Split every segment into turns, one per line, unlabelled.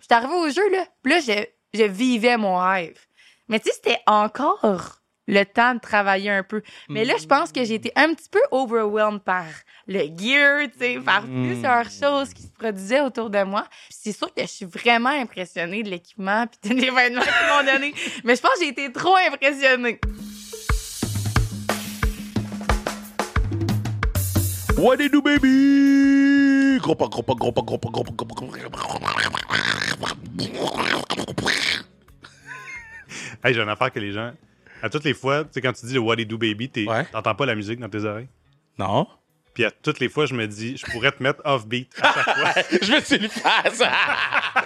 J'étais arrivée au jeu, là. Puis là, je, je vivais mon rêve. Mais tu sais, c'était encore le temps de travailler un peu. Mais là, je pense que j'ai été un petit peu overwhelmed par le gear, tu sais, par plusieurs choses qui se produisaient autour de moi. Puis c'est sûr que je suis vraiment impressionnée de l'équipement puis des vêtements qu'ils m'ont donné. Mais je pense que j'ai été trop impressionnée.
What it do, baby? Gros pas, gros pas, gros pas, gros pas, gros pas, gros pas, gros pas.
Hey, j'ai une affaire que les gens. À toutes les fois, tu sais, quand tu dis le What They Do Baby, t'es-
Ouais.
t'entends pas la musique dans tes oreilles.
Non.
Puis à toutes les fois, je me dis, je pourrais te mettre off-beat à chaque fois.
Je me suis ah, le face.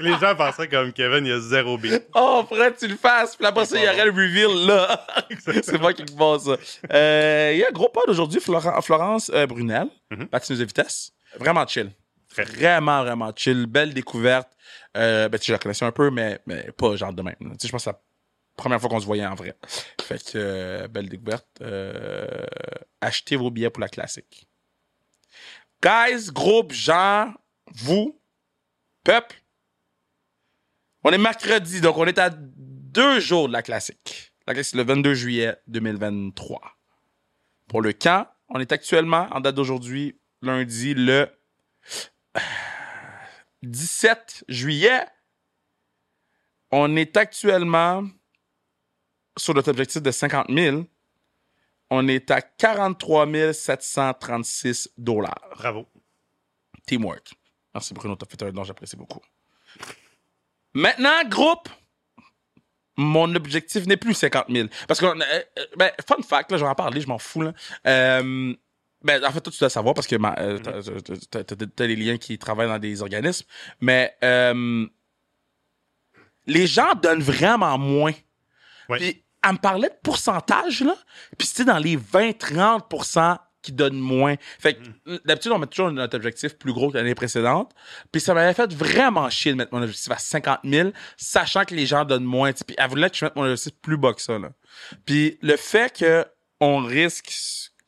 les gens penseraient comme Kevin, il y a zéro beat.
Oh, Fred, tu le fasses. Puis après ça, il y aurait le reveal, là. c'est moi qui pense ça. Euh, il y a un gros pod aujourd'hui, Florent- Florence euh, Brunel,
Mhm.
patineuse de vitesse. Vraiment chill.
Très.
Vraiment, vraiment chill. Belle découverte. Euh, ben, tu sais, je la connaissais un peu, mais, mais pas genre de même. Tu sais, je pense que c'est la première fois qu'on se voyait en vrai. Fait que, euh, belle découverte. Euh, achetez vos billets pour la classique. Guys, groupe, genre, vous, peuple, on est mercredi, donc on est à deux jours de la classique. La classique, c'est le 22 juillet 2023. Pour le camp, on est actuellement, en date d'aujourd'hui, lundi, le 17 juillet. On est actuellement sur notre objectif de 50 000. On est à 43 736 dollars.
Bravo.
Teamwork. Merci Bruno, t'as fait un don, j'apprécie beaucoup. Maintenant, groupe, mon objectif n'est plus 50 000. Parce que, ben, fun fact, là, je vais en parler, je m'en fous, là. Euh, ben, en fait, toi, tu dois savoir parce que ma- euh, t'as- t'as- t'as- t'as les liens qui travaillent dans des organismes. Mais euh, les gens donnent vraiment moins.
Ouais.
Puis, elle me parlait de pourcentage, là. Puis, c'était dans les 20-30 qui donnent moins. Fait que, d'habitude, on met toujours notre objectif plus gros que l'année précédente. Puis, ça m'avait fait vraiment chier de mettre mon objectif à 50 000, sachant que les gens donnent moins. tu sais. Puis, elle voulait que je mette mon objectif plus bas que ça, là. Puis, le fait que on risque,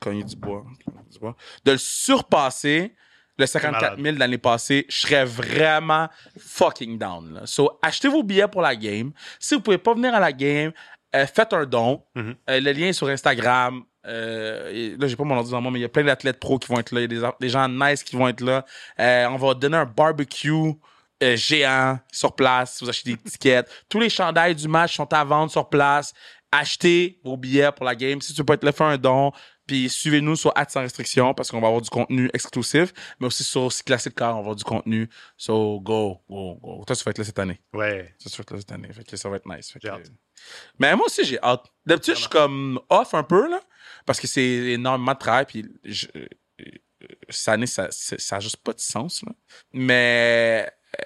cogner du bois, cogner du bois, de le surpasser, le 54 000 de l'année passée, je serais vraiment fucking down. Là. So, achetez vos billets pour la game. Si vous pouvez pas venir à la game, euh, faites un don.
Mhm.
Euh, le lien est sur Instagram. Euh, et là, j'ai pas mon ordi dans moi, mais il y a plein d'athlètes pros qui vont être là. Il y a des, a- des gens nice qui vont être là. Euh, on va donner un barbecue euh, géant sur place. si Vous achetez des tickets. Tous les chandails du match sont à vendre sur place. Achetez vos billets pour la game. Si tu peux être là, fais un don. Puis suivez-nous sur Ad sans restriction parce qu'on va avoir du contenu exclusif, mais aussi sur Classic Car, on va avoir du contenu. So go, go, go. Toi, tu vas être là cette année.
Ouais.
Ça, tu vas être là cette année. Fait que ça va être nice. Fait
J'ai
que-
hâte.
Mais moi aussi, j'ai hâte. D'habitude, je suis comme off un peu, là, parce que c'est énormément de travail. Puis je- euh, euh, cette année, ça n'a juste pas de sens. là. Mais euh,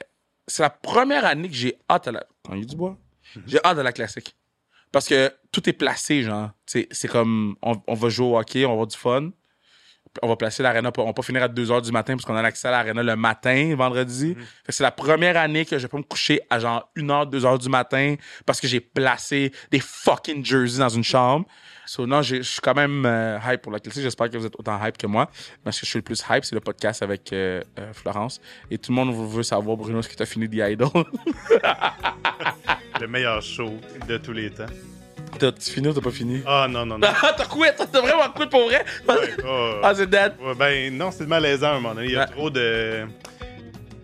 c'est la première année que j'ai hâte à la. Quand il y a du bois,
Mhm.
j'ai hâte à la classique. Parce que tout est placé, genre. Tu sais, C'est comme on, on va jouer au hockey, on va avoir du fun. On va placer l'arena, on va pas finir à 2 h du matin parce qu'on a accès à l'arena le matin, vendredi. Fait que C'est la première année que je vais pas me coucher à genre 1 h, 2 h du matin parce que j'ai placé des fucking jerseys dans une chambre. So, non, j'ai- je suis quand même euh, hype pour la classique. J'espère que vous êtes autant hype que moi. Parce que je suis le plus hype, c'est le podcast avec euh, euh, Florence. Et tout le monde veut savoir, Bruno, ce que tu as fini The Idol.
Le meilleur show de tous les temps.
T'as-tu fini ou t'as pas fini?
Ah non, non, non.
Ah, t'as quit! T'as vraiment quit pour vrai?
Ouais, oh.
Ah, c'est dead.
Ouais, ben non, c'est malaisant à un moment donné. Il y a
Ouais.
trop de.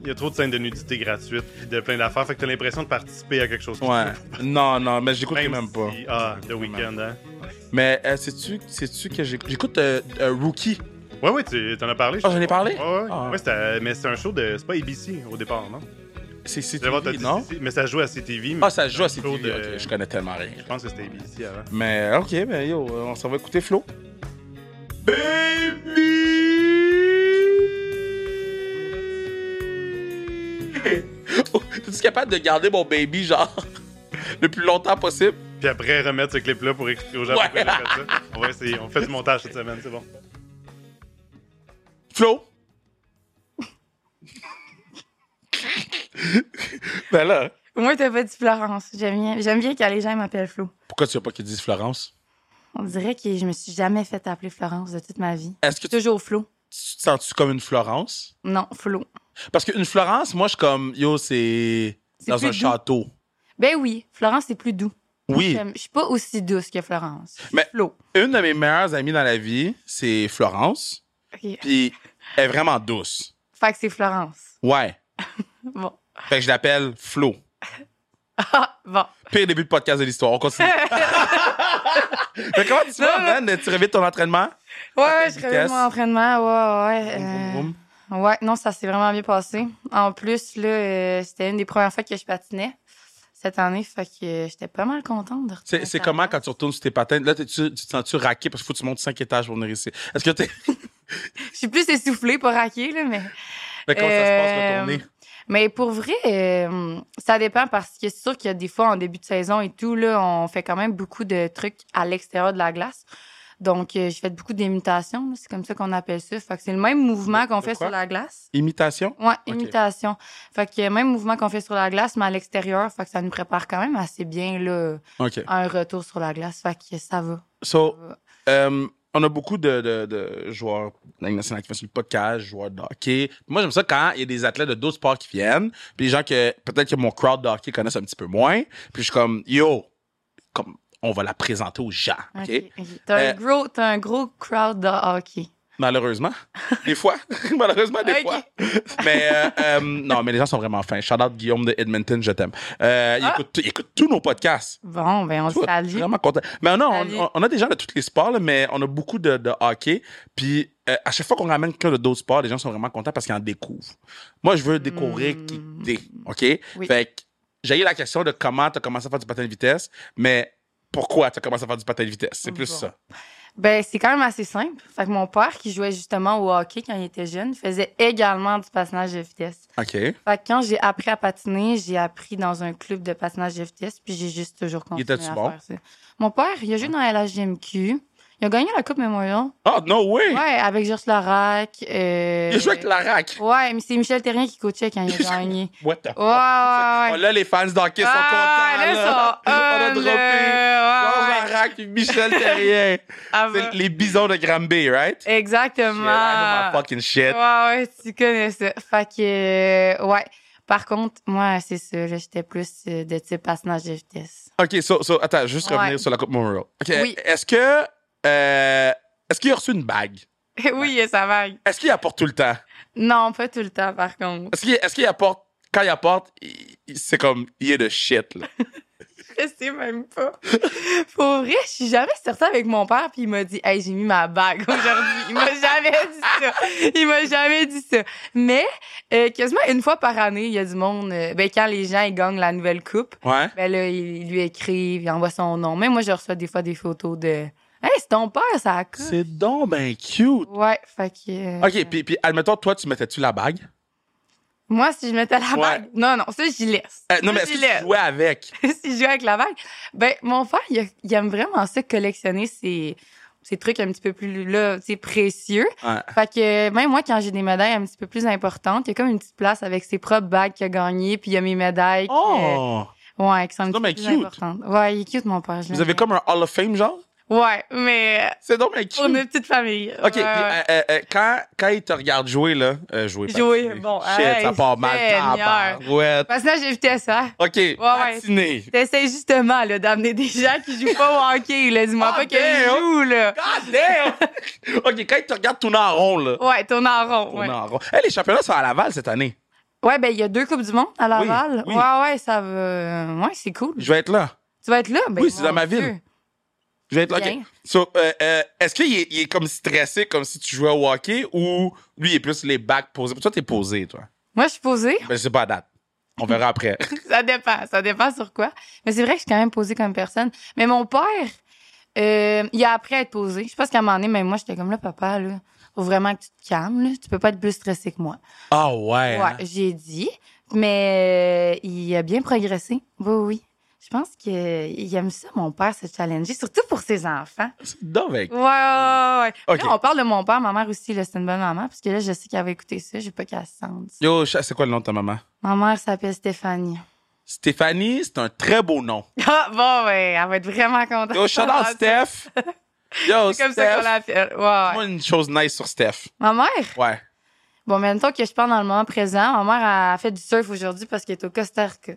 Il y a trop de scènes de nudité gratuites puis de plein d'affaires. Fait que t'as l'impression de participer à quelque chose. qui-
Ouais. Non, non, mais j'écoute
Même,
même pas.
si- Ah, The
Même
Weeknd, hein.
Mais euh, sais-tu sais-tu que j'écoute- j'écoute euh, euh, Rookie?
Ouais, ouais, tu t'en as parlé.
Ah, j'en ai parlé?
Ouais, ouais.
Ah.
Ouais, c'était- mais c'est un show de. C'est pas ABC au départ, non?
C'est
Je vais voir, t'as
CTV,
dit
non?
CTV, Mais ça joue à CTV. mais
Ah, ça
c'est
joue
un
à
show
CTV.
de-
ok, je connais tellement rien.
Je pense que c'était ABC avant.
Mais euh, ok, mais yo, on s'en va écouter Flo. Baby! T'es-tu Oh, capable de garder mon baby, genre, le plus longtemps possible?
Puis après, remettre ce clip-là pour expliquer aux gens
Ouais.
pourquoi j'ai fait ça. On va essayer. On fait du montage cette semaine, c'est bon.
Flo? ben là,
Moi, t'as pas dit Florence. J'aime bien, j'aime bien quand les gens m'appellent Flo.
pourquoi tu veux pas qu'ils disent Florence?
On dirait que je me suis jamais fait appeler Florence de toute ma vie.
Est-ce que tu
Toujours Flo.
tu te sens-tu comme une Florence?
Non, Flo.
Parce qu'une Florence, moi, je suis comme, yo, c'est
C'est
dans
plus
un
doux.
château.
Ben oui, Florence, c'est plus doux. Moi,
Oui.
j'aime- Je suis pas aussi douce que Florence. Je suis
Mais-
Flo.
Une de mes meilleures amies dans la vie, c'est Florence.
Ok.
Puis elle est vraiment douce.
Fait que c'est Florence.
Ouais.
Bon.
Fait que je l'appelle Flo.
Ah, bon.
Pire début de podcast de l'histoire. On continue. Mais comment tu
Non,
vas,
non.
man? Tu reviens de ton entraînement?
Ouais,
quelle
je reviens de mon
vitesse?
entraînement. Ouais, ouais.
Vroom,
euh,
vroom.
Ouais, non, ça s'est vraiment bien passé. En plus, là, euh, c'était une des premières fois que je patinais cette année, fait que euh, j'étais pas mal contente de
C'est,
retourner
c'est
sur la
comment
glace.
quand tu retournes sur tes patins? Là, t'es- tu, tu te sens-tu raqué parce qu'il faut que tu montes cinq étages pour venir ici. Est-ce que t'es.
Je suis plus essoufflée, pas raquée, là, mais...
Mais comment ça se passe
Euh,
retourner?
Mais pour vrai, euh, ça dépend parce que c'est sûr qu'il y a des fois en début de saison et tout, là, on fait quand même beaucoup de trucs à l'extérieur de la glace. Donc, euh, j'ai fait beaucoup d'imitations, là, c'est comme ça qu'on appelle ça. Fait que c'est le même mouvement
De-
qu'on
de
fait
quoi?
sur la glace.
Imitation?
Ouais,
Ok.
imitation. Fait que euh, même mouvement qu'on fait sur la glace, mais à l'extérieur, fait que ça nous prépare quand même assez bien, là,
OK.
à un retour sur la glace. Fait que ça va.
So,
Euh,
euh, on a beaucoup de, de, de joueurs de la Ligue nationale qui viennent sur le podcast, joueurs de hockey. Moi, j'aime ça quand il y a des athlètes de d'autres sports qui viennent, puis les gens que peut-être que mon crowd de hockey connaissent un petit peu moins, puis je suis comme, yo, comme, on va la présenter aux gens, OK?
OK. ok. T'as
Euh,
un gros, t'as un gros crowd de hockey.
Malheureusement. Des fois. Malheureusement, des
Ok.
fois. Mais euh, euh, non, mais les gens sont vraiment fins. Shout-out Guillaume de Edmonton, je t'aime. Euh, il,
Ah.
écoute, il écoute tous nos podcasts.
Bon, ben, on
Tout.
le
Je
salue.
suis vraiment content. Mais non,
Salut.
on- on, on a des gens de tous les sports, là, mais on a beaucoup de, de hockey. Puis euh, à chaque fois qu'on ramène quelqu'un de d'autres sports, les gens sont vraiment contents parce qu'ils en découvrent. Moi, je veux découvrir
Mm.
qui t'es, OK?
Oui.
Fait que j'ai eu la question de comment tu as commencé à faire du patin de vitesse, mais pourquoi tu as commencé à faire du patin de vitesse? C'est plus
Bon.
ça.
Ben, c'est quand même assez simple. Fait que mon père, qui jouait justement au hockey quand il était jeune, faisait également du patinage de vitesse.
OK.
Fait que quand j'ai appris à patiner, j'ai appris dans un club de patinage de vitesse, puis j'ai juste toujours continué à
était-tu bon?
faire ça. Mon père, il a joué dans la LHGMQ. Il a gagné la Coupe Memorial.
Oh, no way!
Ouais, avec Georges Larac. Euh...
Il joue avec la rack.
Ouais, mais c'est Michel Terrien qui coachait quand il a gagné.
What the
Ouais, ouais, ouais.
Oh, là, les fans d'hockey sont
Ah,
contents.
là,
là.
ils sont
On a
on,
droppé.
là. Ouais, ouais.
Georges Larac puis Michel Terrien.
Ah,
C'est
bah.
les bisons de Granby, right? Shit, I know
Exactement.
my fucking shit.
Ouais, ouais, tu connais ça. Fait que, euh, ouais. Par contre, moi, c'est ça, là, j'étais plus euh, de type patinage de vitesse.
OK, so, so, attends, juste
Ouais.
revenir sur la Coupe Memorial. OK,
Oui.
est-ce que... euh, est-ce qu'il a reçu une bague?
Eh oui, il y a sa vague.
Est-ce qu'il apporte tout le temps?
Non, pas tout le temps, par contre.
Est-ce qu'il est-ce qu'il apporte... Quand il apporte, il- il- c'est comme... Il est de shit, là.
Je sais même pas. Pour vrai, je suis jamais sortie avec mon père, puis il m'a dit, hey, j'ai mis ma bague aujourd'hui. Il m'a jamais dit ça. Il m'a jamais dit ça. Mais, euh, quasiment une fois par année, il y a du monde, euh, ben, quand les gens, ils gagnent la nouvelle coupe,
Ouais?
Ben là, il il lui écrivent, il envoie son nom. Mais moi, je reçois des fois des photos de Hey, c'est ton père, ça a coûté.
C'est donc ben cute.
Ouais, fait que. euh,
OK, puis, puis admettons, toi, tu mettais-tu la bague?
Moi, si je mettais la
Ouais.
bague. Non, non, ça, j'y laisse.
Euh, non,
Ça,
mais est-ce
j'y
que tu jouais avec?
laisse. si je joue avec la bague. Ben, mon frère, il, a- il aime vraiment ça, collectionner ces, ces trucs un petit peu plus là, tu sais, précieux.
Ouais.
Fait que même moi, quand j'ai des médailles un petit peu plus importantes, il y a comme une petite place avec ses propres bagues qu'il a gagnées, puis il y a mes médailles. que-
Oh!
ouais, qui sont un petit
C'est donc
peu
bien
plus
cute.
importantes. Ouais, il est cute, mon père. je
Vous
l'aime bien.
avez comme un Hall of Fame, genre?
Ouais, mais.
C'est donc bien cute.
Pour notre petite famille.
OK,
Ouais,
puis,
ouais.
euh, euh, euh, quand, quand ils te regardent jouer, là, euh, jouer.
Jouer,
patiner.
bon,
Shit,
hey,
ça part mal.
Seigneur.
tabarouette.
Parce que là, j'ai évité ça.
OK, patiner.
T'essayes justement là, d'amener des gens qui jouent pas au hockey. Là. Dis-moi
Ah,
pas qu'ils
damn!
jouent. Là.
God damn! OK, quand ils te regardent tourner en rond, là.
Ouais, tourne en rond.
Tourner
Ouais.
en rond. Hey, les championnats sont à Laval cette année.
ouais, ben il y a deux Coupes du Monde à Laval.
oui.
Ouais, ouais, ça va. euh, Ouais, c'est cool.
Je vais être là.
Tu vas être là? Ben,
Oui, c'est
mon
dans ma
Dieu.
ville. Je vais être là. OK.
Bien.
So, euh, euh, Est-ce qu'il est, il est comme stressé, comme si tu jouais au hockey, ou lui, il est plus les bacs posés? Toi, t'es posé, toi.
Moi, je suis posée.
Ben, je sais pas à date. On verra après.
ça dépend. Ça dépend sur quoi. Mais c'est vrai que je suis quand même posée comme personne. Mais mon père, euh, il a appris à être posé. Je pense qu'à un moment donné, même moi, j'étais comme là, papa, là, faut vraiment que tu te calmes. Là. Tu peux pas être plus stressé que moi.
Ah ouais. hein?
Ouais, j'ai dit. Mais euh, il a bien progressé. Oui, oui. Je pense qu'il aime ça, mon père, se challenger, surtout pour ses enfants.
C'est donc bien
Ouais, ouais, ouais. ouais.
OK.
Là, on parle de mon père, ma mère aussi, là, c'est une bonne maman, parce que là, je sais qu'elle va écouter ça, j'ai pas qu'elle se sente.
Yo, Cha- c'est quoi le nom de ta maman?
Ma mère s'appelle Stéphanie.
Stéphanie, c'est un très beau nom.
Ah, bon, ouais, elle va être vraiment contente.
Yo, shout out Steph. Yo,
C'est comme ça
Steph.
qu'on l'appelle. Ouais, ouais.
Moi, une chose nice sur Steph.
Ma mère,
Ouais.
Bon, mais temps que je parle dans le moment présent, ma mère a fait du surf aujourd'hui parce qu'elle est au Costa Rica.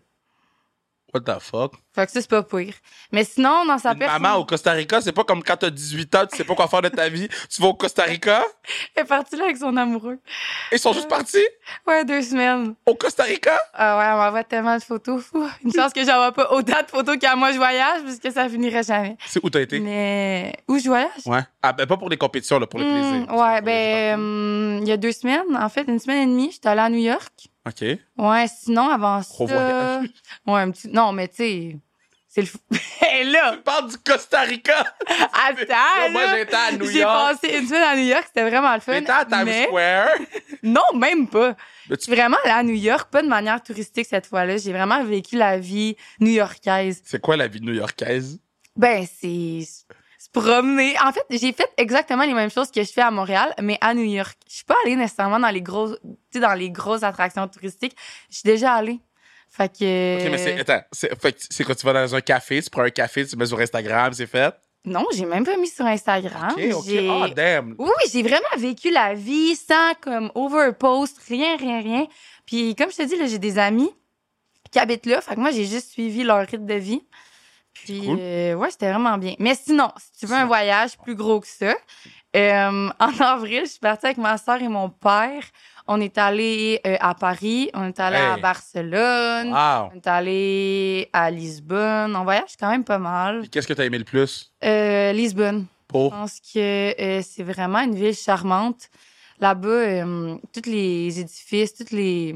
What the fuck?
Fait que ça, c'est pas pire. Mais sinon, dans sa
Une maman au Costa Rica, c'est pas comme quand t'as 18 ans, tu sais pas quoi faire de ta vie. Tu vas au Costa Rica,
elle est partie là avec son amoureux.
ils
Euh.
sont juste partis
Ouais, deux semaines.
au Costa Rica.
Ah ouais, on m'envoie tellement de photos. Fou. Une chance que j'envoie pas autant de photos qu'à moi je voyage, parce que ça finirait jamais.
C'est où t'as été?
Mais où je voyage?
Ouais. Ah, ben pas pour les compétitions, là, pour le
Hmm,
plaisir.
ouais, ben, hum, il y a deux semaines, en fait, une semaine et demie, j'étais allée à New York.
OK.
Ouais, sinon, avant
Gros
ça...
voyage.
Ouais, un petit... Non, mais tu sais, c'est le... fou- Et là,
Tu parles du Costa Rica!
attends,
Moi,
Ah, là,
j'étais à New
j'ai
York.
passé une semaine à New York, c'était vraiment le fun.
J'étais à Times
mais-
Square.
Non, même pas.
Mais
Je
tu-
suis vraiment allée à New York, pas de manière touristique cette fois-là. J'ai vraiment vécu la vie new-yorkaise.
C'est quoi la vie new-yorkaise?
Ben, c'est se promener. En fait, j'ai fait exactement les mêmes choses que je fais à Montréal, mais à New York. Je suis pas allée nécessairement dans les grosses, tu sais, dans les grosses attractions touristiques. Je suis déjà allée. Fait que.
Ok, mais
Euh.
c'est. Attends, c'est fait que c'est quand tu vas dans un café, tu prends un café, tu mets sur Instagram, c'est fait.
Non, j'ai même pas mis sur Instagram.
Ok, ok.
J'ai-
Ah, damn.
Oui, oui, j'ai vraiment vécu la vie sans comme overpost, rien, rien, rien. Puis comme je te dis, là, j'ai des amis qui habitent là. Fait que moi, j'ai juste suivi leur rythme de vie. Puis
cool.
euh, ouais, c'était vraiment bien. Mais sinon, si tu veux un
Sinon.
voyage plus gros que ça, euh, en avril, je suis partie avec ma soeur et mon père. On est allé euh, à Paris, on est allé à
Hey.
Barcelone,
Wow.
on est allé à Lisbonne. On voyage quand même pas mal.
Puis qu'est-ce que t'as aimé le plus?
Euh, Lisbonne. Je
Pour.
pense que euh, c'est vraiment une ville charmante. Là-bas, euh, tous les édifices, toutes les.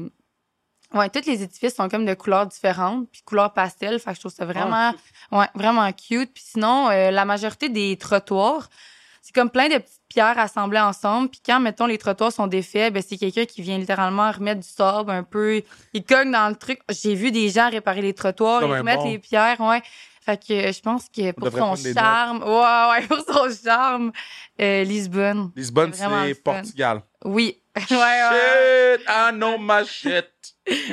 Ouais, tous les édifices sont comme de couleurs différentes, puis couleurs pastel. Fait que je trouve ça vraiment,
Ah,
ouais, vraiment cute. Puis sinon, euh, la majorité des trottoirs, c'est comme plein de petites pierres assemblées ensemble. Puis quand, mettons, les trottoirs sont défaits, ben, c'est quelqu'un qui vient littéralement remettre du sable un peu. Il cogne dans le truc. J'ai vu des gens réparer les trottoirs,
Comme
ils
un
remettent
bon.
les pierres, ouais. Fait que euh, je pense que pour
devrait
son
prendre des notes.
charme, ouais, ouais, pour son charme, euh, Lisbonne.
Lisbonne,
C'est vraiment le
c'est
fun.
Portugal.
Oui. ouais, ouais.
Shit! I know my shit!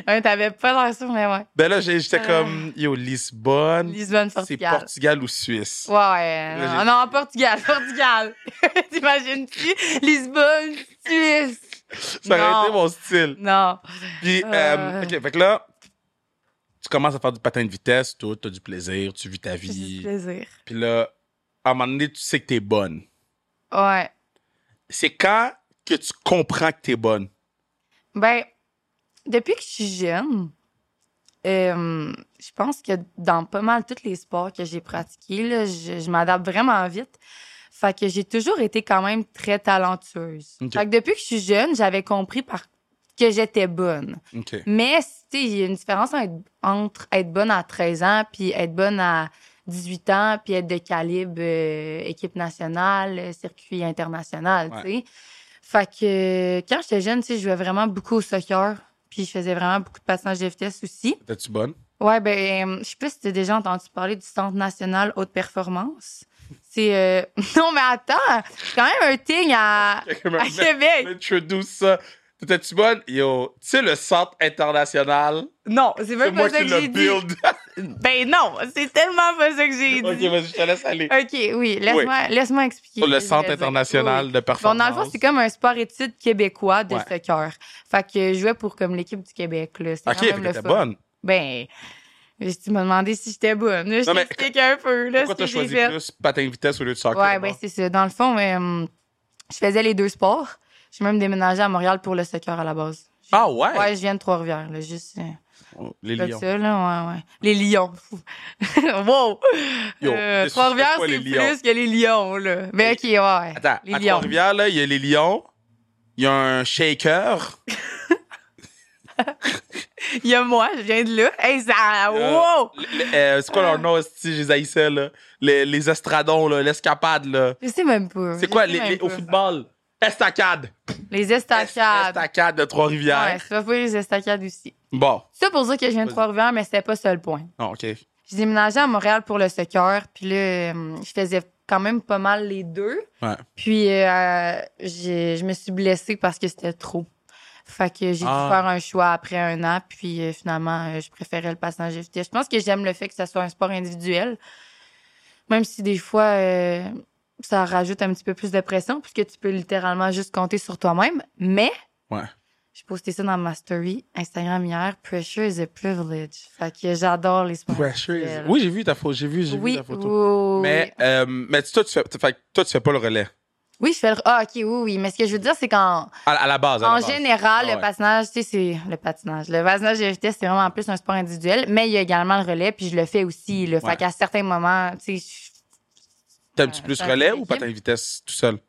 ouais T'avais pas l'air sûr, mais ouais.
Ben là, j'ai- j'étais
Euh,
comme, yo, Lisbonne,
Lisbonne,
c'est
Portugal.
Portugal ou Suisse.
Ouais, ouais.
Là,
Non,
j'ai-
non, Portugal, Portugal. T'imagines-tu? Lisbonne, Suisse.
Ça
Non.
aurait été mon style.
Non.
Puis,
Euh.
euh, OK, fait que là, tu commences à faire du patin de vitesse, tout, t'as du plaisir, tu vis ta
C'est juste du
vie.
plaisir.
Puis là, à un moment donné, tu sais que t'es bonne.
Ouais.
C'est quand que tu comprends que t'es bonne.
Ben, depuis que je suis jeune, euh, je pense que dans pas mal tous les sports que j'ai pratiqués, là, je, je m'adapte vraiment vite. Fait que j'ai toujours été quand même très talentueuse.
Ok.
Fait que depuis que je suis jeune, j'avais compris par que j'étais bonne.
OK.
Mais, tu sais, il y a une différence en être- entre être bonne à 13 ans, puis être bonne à 18 ans, puis être de calibre euh, équipe nationale, euh, circuit international, tu sais. Fait que euh, quand j'étais jeune, tu sais, je jouais vraiment beaucoup au soccer, puis je faisais vraiment beaucoup de passage de vitesse aussi.
T'es-tu bonne?
Ouais, ben, euh, je sais pas si t'as déjà entendu parler du Centre national haute performance. C'est... euh, Non, mais attends! C'est quand même un thing à, à Québec!
Introduce ça. T'étais-tu bonne? Yo, tu sais, le centre international,
Non, c'est
c'est
même
moi
pas ça
qui
que
le
j'ai dit.
build.
Ben non, c'est tellement pas ça que j'ai dit.
OK, vas-y, je te laisse aller.
OK, oui, laisse-moi laisse-moi expliquer.
Sur
ce
le
que je
centre
voulais dire. Oui,
international
oui.
de
Bon,
performance.
dans le fond, c'est comme un sport-études québécois de
Ouais.
soccer. Fait que je jouais pour comme l'équipe du Québec. Là. C'était
OK,
quand
fait
même
que
le
t'es
fun.
bonne.
Ben, je- tu m'as demandé si j'étais bonne. Là, je
Non, mais-
t'explique un peu. Là,
Pourquoi
ce
t'as
que j'ai
choisi
fait.
plus patin de vitesse au lieu de soccer?
Ouais,
d'abord?
ben c'est ça. Dans le fond, euh, je faisais les deux sports. J'ai même déménagé à Montréal pour le soccer à la base.
Ah ouais?
Ouais, je viens de Trois-Rivières, là, juste euh,
Oh, Les
comme
lions.
ça, là, ouais, ouais. Les lions. wow!
Yo,
Euh,
déçu,
Trois-Rivières,
c'est quoi,
c'est
les lions?
plus que les lions, là. Mais OK, ouais.
Attends,
les
à
lions.
Trois-Rivières, là, il y a les lions, il y a un shaker.
Il y a moi, je viens de là. Hey, ça...
Euh,
Wow!
le- le- euh, c'est quoi
Ah.
leur nom, si je les haïssais, là? Les, les estradons, là, l'escapade, là.
Je sais même pas.
C'est
Je
quoi,
sais
les,
même
les-
pas.
au football? Estacade.
Les
Est-
estacades.
Estacade de Trois-Rivières.
Ouais, c'est pas pour les estacades aussi.
Bon.
Ça pour dire que je viens de
Vas-y.
Trois-Rivières, mais c'était pas ça le point.
Non, OK.
J'ai déménagé à Montréal pour le soccer, puis là, euh, je faisais quand même pas mal les deux.
Ouais.
Puis euh, j'ai- je me suis blessée parce que c'était trop. Fait que j'ai
Ah.
dû faire un choix après un an, puis euh, finalement, euh, je préférais le passage FTS. Je pense que j'aime le fait que ça soit un sport individuel, même si des fois, euh, ça rajoute un petit peu plus de pression, puisque tu peux littéralement juste compter sur toi-même. Mais
Ouais.
J'ai posté ça dans ma story Instagram hier. Pressure is a privilege. Fait que j'adore les sports.
Pressure is-
artificiels.
Oui, j'ai vu ta photo. J'ai vu, j'ai vu
Oui,
ta
oui,
photo.
oui.
Mais, euh, mais toi, tu fais, tu- fait que toi, tu fais pas le relais.
Oui, je fais le. Ah, ok, oui, oui. Mais ce que je veux dire, c'est qu'en
À, à la base. à la
en
base.
général,
Ah ouais.
le patinage, tu sais, c'est le patinage. Le patinage de vitesse, c'est vraiment plus un sport individuel, mais il y a également le relais, puis je le fais aussi. Là,
Ouais.
Fait qu'à certains moments, tu sais, je-
T'aimes-tu
euh,
plus
ça
relais
fait
ou patin vitesse tout seul?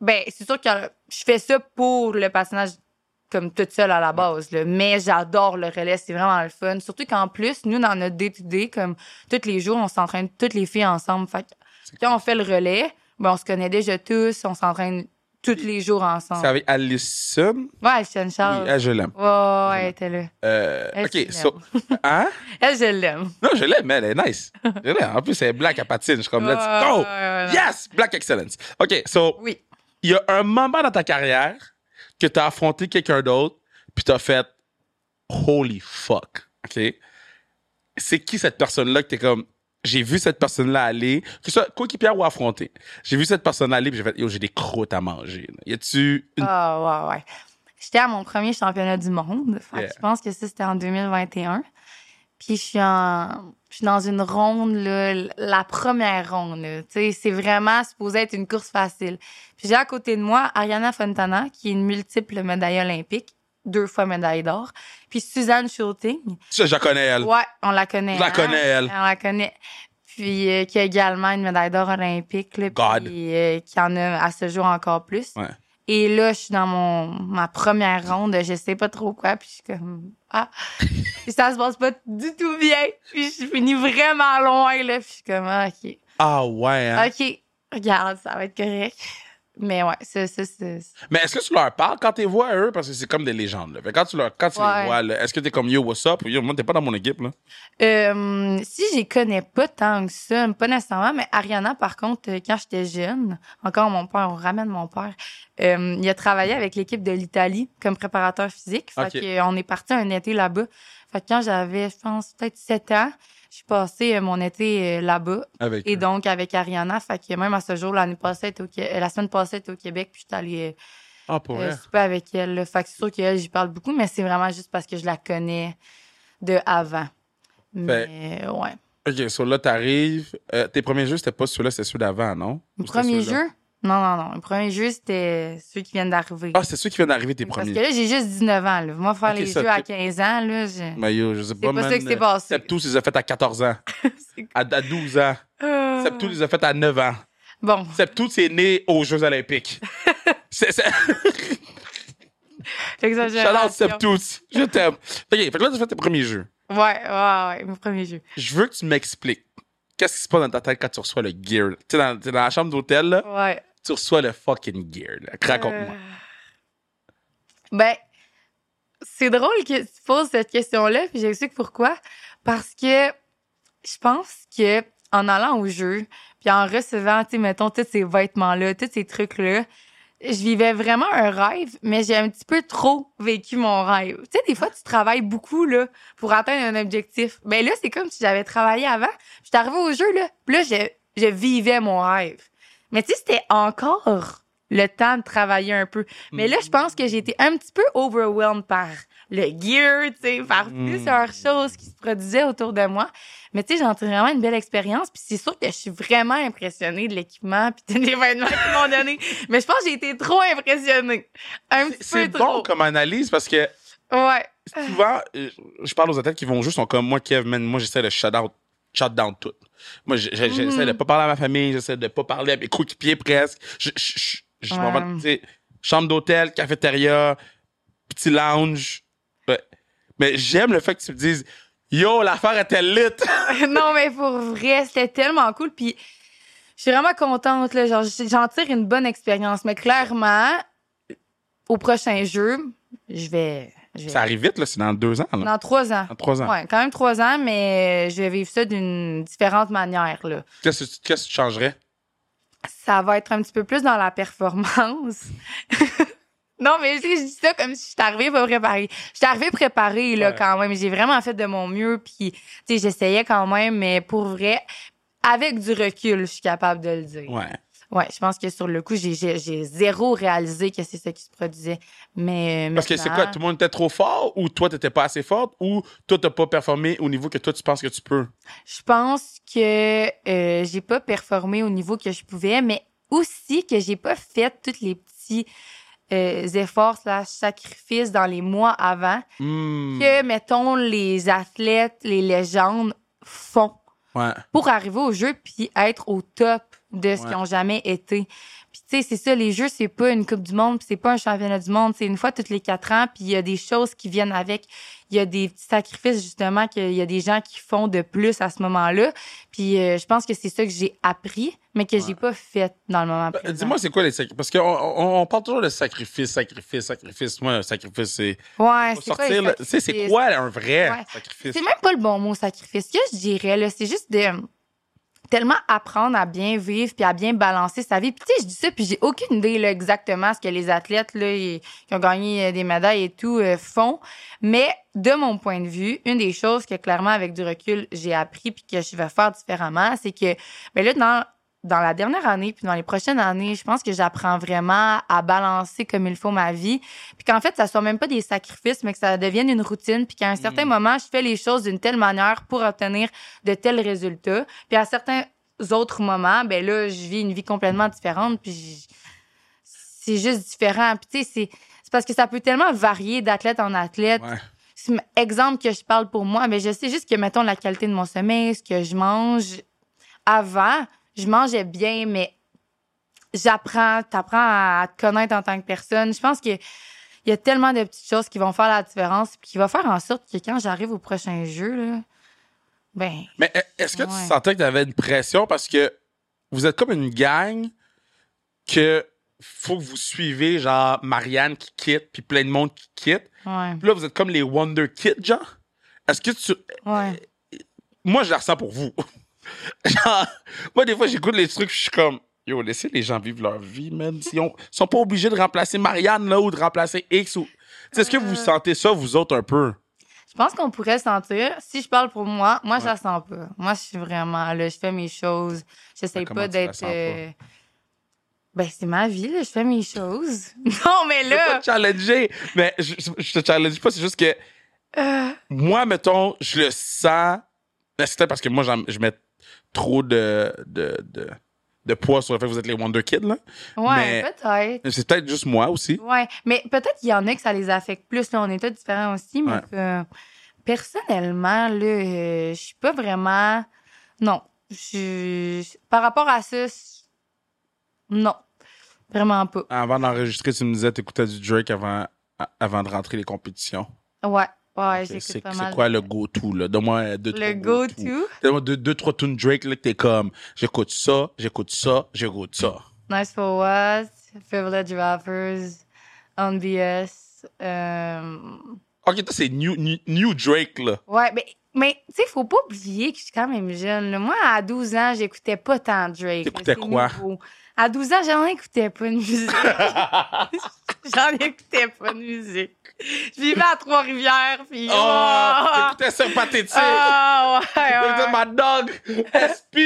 ben, c'est sûr que je fais ça pour le patinage comme toute seule à la base, là. mais j'adore le relais, c'est vraiment le fun. Surtout qu'en plus, nous, dans notre day-to-day, comme tous les jours, on s'entraîne toutes les filles ensemble. Fait que
C'est
quand on fait le relais, ben, on se connaît déjà tous, on s'entraîne tous les jours
C'est
ensemble.
avec Allison.
Ouais, Alison
Oui,
Charles.
elle, je l'aime.
Ouais, ouais, ouais, elle était là.
Euh,
Ah. Elle, je
OK,
l'aime.
so, hein?
Elle, je l'aime.
Non, je l'aime, elle est nice. Je l'aime. En plus, elle est black, elle patine. Je suis comme, let's
Ouais,
go!
ouais, ouais, ouais.
Yes! Black excellence. OK, so,
Oui.
il y a un moment dans ta carrière que t'as affronté quelqu'un d'autre, puis t'as fait holy fuck. OK? C'est qui cette personne-là que t'es comme, j'ai vu cette personne-là aller, que ce soit coéquipière ou affrontée. J'ai vu cette personne-là aller, puis j'ai fait, yo, j'ai des croûtes à manger. là. Y a-tu une.
Ah, ouais, ouais. J'étais à mon premier championnat du monde. Fait que
Yeah.
Je pense que ça, c'était en 2021. Puis je suis, en... je suis dans une ronde, là, la première ronde. là. Tu sais, c'est vraiment supposé être une course facile. Puis j'ai à côté de moi Ariana Fontana, qui est une multiple médaille olympique, deux fois médaille d'or. Puis Suzanne Schulting.
Ça, je la connais, elle.
Ouais, on la connaît.
Je la
hein?
connais, elle.
On la connaît. Puis euh, qui a également une médaille d'or olympique. Là,
God.
Puis euh, qui en a à ce jour encore plus.
Ouais.
Et là, je suis dans mon ma première ronde, je sais pas trop quoi, puis je suis comme ah, puis ça se passe pas du tout bien, puis je finis vraiment loin là, puis je suis comme ah, ok,
Ah ouais. hein?
ok, regarde, ça va être correct. Mais ouais, ça, ça, c'est
Mais est-ce que tu leur parles quand tu les vois à eux? Parce que c'est comme des légendes. Là. Fait que quand tu, leur, quand tu les
Ouais.
vois, là, est-ce que t'es comme yo, what's up? Ou yo, moi, t'es pas dans mon équipe. Là.
Euh, si j'y connais pas tant que ça, pas nécessairement, mais Ariana, par contre, euh, quand j'étais jeune, encore mon père, on ramène mon père, euh, il a travaillé avec l'équipe de l'Italie comme préparateur physique. Fait
Ok.
que, euh, on est parti un été là-bas. Fait que quand j'avais, je pense, peut-être 7 ans, j'ai passé euh, mon été euh, là-bas.
Avec
Et
eux.
donc, avec Ariana, fait que même à ce jour, l'année passée, elle était au Qué- euh, la semaine passée, elle était au Québec, puis j'étais allée euh,
Ah, pour
euh,
vrai.
souper avec elle. là. Fait que c'est sûr qu'elle, j'y parle beaucoup, mais c'est vraiment juste parce que je la connais de avant.
Fait-
Mais euh, ouais.
Ok, so là, t'arrives. Euh, tes premiers jeux, c'était pas ceux là c'était ceux d'avant, non?
Le
Ou c'était
premier
ceux-là?
jeu? Non, non, non. Le premier jeu, c'était ceux qui viennent d'arriver.
Ah, c'est ceux qui viennent d'arriver, tes
Parce que
premiers.
là, j'ai juste 19 ans. Là. Moi, faire
Ok,
les
ça,
jeux à
t'es-
15 ans, là, je...
Mais yo, je sais pas,
c'est pas
man,
ça qui s'est
euh,
passé.
Septus, ils les ont fait à 14 ans.
C'est-
À, à 12 ans.
Ah.
Septus, ils les ont fait à 9 ans.
Bon,
Septus, c'est né aux Jeux Olympiques. c'est, c'est... Shout out
l'exagération.
Septus. Je t'aime. Ok, fait que là, tu fais tes premiers jeux.
Ouais, ouais, ouais, mon premier jeu.
je veux que tu m'expliques. Qu'est-ce qui se passe dans ta tête quand tu reçois le gear? là? Tu sais, dans, t'es dans la chambre d'hôtel, là,
Ouais.
tu reçois le fucking gear. là. Raconte-moi.
Euh, Ben, c'est drôle que tu poses cette question-là, puis j'explique pourquoi. Parce que je pense que en allant au jeu, puis en recevant, tu sais, mettons, tous ces vêtements-là, tous ces trucs-là, je vivais vraiment un rêve, mais j'ai un petit peu trop vécu mon rêve. Tu sais, des fois, tu travailles beaucoup, là, pour atteindre un objectif. Mais là, c'est comme si j'avais travaillé avant. Je suis arrivée au jeu, là, puis là, je, je vivais mon rêve. Mais tu sais, c'était encore le temps de travailler un peu. Mais là, je pense que j'ai été un petit peu overwhelmed par le gear, tu sais, par
Mm.
plusieurs choses qui se produisaient autour de moi. Mais tu sais, j'en tire vraiment une belle expérience. Puis c'est sûr que je suis vraiment impressionnée de l'équipement puis des vêtements qu'ils m'ont donné. Mais je pense que j'ai été trop impressionnée. Un
C'est-
petit
C'est
peu
bon
trop.
comme analyse parce que
Ouais.
souvent, euh, je parle aux athlètes qui vont juste, sont comme moi, Kev, man, moi, j'essaie de shut out, shut down tout. Moi, j'ai- j'ai- j'essaie
Mm-hmm.
de pas parler à ma famille, j'essaie de pas parler à mes coéquipiers presque. Je, je, je, je m'en vais,
Ouais.
tu sais, chambre d'hôtel, cafétéria, petit lounge. Ouais. Mais j'aime le fait que tu me dises, yo, l'affaire était lit.
non, mais pour vrai, c'était tellement cool. Puis je suis vraiment contente. Là, genre, j- j'en tire une bonne expérience. Mais clairement, au prochain jeu, je vais. je vais-
Ça arrive vite, là, c'est dans deux ans, là.
Dans trois ans.
Dans trois ans.
Ouais, quand même trois ans, mais je vais vivre ça d'une différente manière. Là.
Qu'est-ce que tu- qu'est-ce que tu changerais?
ça va être un petit peu plus dans la performance. non, mais tu sais, je dis ça comme si je suis arrivée pas préparée. Je suis arrivée préparée, là,
Ouais.
quand même. J'ai vraiment fait de mon mieux, puis, tu sais, j'essayais quand même, mais pour vrai, avec du recul, je suis capable de le dire.
Ouais.
Ouais, je pense que sur le coup, j'ai- j'ai j'ai zéro réalisé que c'est ça qui se produisait. Mais euh,
Parce que c'est
maintenant-
quoi, tout le monde était trop fort ou toi, t'étais pas assez forte ou toi, t'as pas performé au niveau que toi, tu penses que tu peux?
Je pense que euh, j'ai pas performé au niveau que je pouvais, mais aussi que j'ai pas fait tous les petits euh, efforts slash sacrifices dans les mois avant
Hmm,
que, mettons, les athlètes, les légendes font
Ouais. Bah,
pour arriver au jeu puis être au top de ce
Ouais.
qu'ils ont jamais été. Puis tu sais, c'est ça, les jeux, c'est pas une Coupe du Monde, puis c'est pas un championnat du monde, c'est une fois toutes les quatre ans, puis il y a des choses qui viennent avec. Il y a des petits sacrifices, justement, qu'il y a des gens qui font de plus à ce moment-là. Puis euh, je pense que c'est ça que j'ai appris, mais que
Ouais.
j'ai pas fait dans le moment
Bah,
présent.
Dis-moi, c'est quoi les sacrifices? Parce qu'on on, on parle toujours de sacrifice, sacrifice, sacrifice. Moi, un sacrifice, c'est.
ouais,
Faut
c'est quoi
sortir,
les
là, tu sais, c'est
sacrifices?
quoi un vrai
Ouais.
sacrifice?
C'est même pas le bon mot sacrifice. Que je dirais, là, c'est juste de tellement apprendre à bien vivre puis à bien balancer sa vie. Puis tu sais, je dis ça, puis j'ai aucune idée là, exactement ce que les athlètes là, et- qui ont gagné euh, des médailles et tout euh, font. Mais de mon point de vue, une des choses que clairement, avec du recul, j'ai appris puis que je vais faire différemment, c'est que mais là, dans, dans la dernière année, puis dans les prochaines années, je pense que j'apprends vraiment à balancer comme il faut ma vie. Puis qu'en fait, ça soit même pas des sacrifices, mais que ça devienne une routine. Puis qu'à un certain moment, je fais les choses d'une telle manière pour obtenir de tels résultats. Puis à certains autres moments, ben là, je vis une vie complètement différente. Puis je- c'est juste différent. Puis tu sais, c'est c'est parce que ça peut tellement varier d'athlète en athlète.
Ouais.
C'est un exemple que je parle pour moi, mais je sais juste que, mettons, la qualité de mon sommeil, ce que je mange. Avant, je mangeais bien, mais j'apprends, t'apprends à, à te connaître en tant que personne. Je pense que il y a tellement de petites choses qui vont faire la différence, puis qui va faire en sorte que quand j'arrive au prochain jeu, là, ben,
Mais e- est-ce que
Ouais.
tu sentais que tu avais une pression parce que vous êtes comme une gang que faut que vous suivez, genre Marianne qui quitte, puis plein de monde qui quitte.
ouais,
Puis là, vous êtes comme les Wonder Kids, genre. Est-ce que tu.
ouais.
Moi, je la ressens pour vous. genre, moi, des fois, j'écoute les trucs, je suis comme. Yo, laissez les gens vivre leur vie, man. Ils ont- ils sont pas obligés de remplacer Marianne, là, ou de remplacer X. Ou... Tu sais, Est-ce que
Ah.
vous sentez ça, vous autres, un peu?
Je pense qu'on pourrait le sentir. Si je parle pour moi, moi, je
Ouais.
la sens pas. Moi, je suis vraiment là, je fais mes choses. J'essaie
Mais Ben, comment
pas
tu la
d'être.
sens pas?
euh, Ben, c'est ma vie, là, je fais mes choses. non, mais
Je veux pas
là.
te challenger, mais je, je- je te challenge pas, c'est juste que
euh,
moi, mettons, je le sens. Mais C'est peut-être parce que moi, j'en- je mets trop de, de, de, de poids sur le fait que vous êtes les Wonder Kids, là.
ouais,
Mais-
peut-être.
Mais C'est peut-être juste moi aussi.
Ouais, mais peut-être qu'il y en a que ça les affecte plus. Là, on est tous différents aussi, mais
Ouais.
que, personnellement, là, euh, je suis pas vraiment. Non. Je... Par rapport à ça, je- non. Vraiment pas.
Avant d'enregistrer, tu me disais, t'écoutais du Drake avant, a- avant de rentrer les compétitions.
Ouais, ouais,
C'est
j'écoute
c'est
pas mal.
quoi le go-to, là? Donne-moi euh, deux, trois
le go-to?
go-to. Donne-moi deux, deux, trois tunes Drake, là, que t'es comme, j'écoute ça, j'écoute ça, j'écoute ça.
Nice for What, Privilege Rappers, NBS. Euh...
OK, toi, c'est new, new, new Drake, là.
Ouais, mais, mais tu sais, faut pas oublier que je suis quand même jeune. là. Moi, à 12 ans, j'écoutais pas tant Drake. là.
T'écoutais
C'est
quoi?
nouveau. À 12 ans, j'en écoutais pas de musique. j'en écoutais pas de musique. Je vivais à Trois-Rivières, puis...
Oh, t'écoutais ça pathétique.
Ah, ouais, ouais,
Écoutez,
ouais.
ma dog, SP,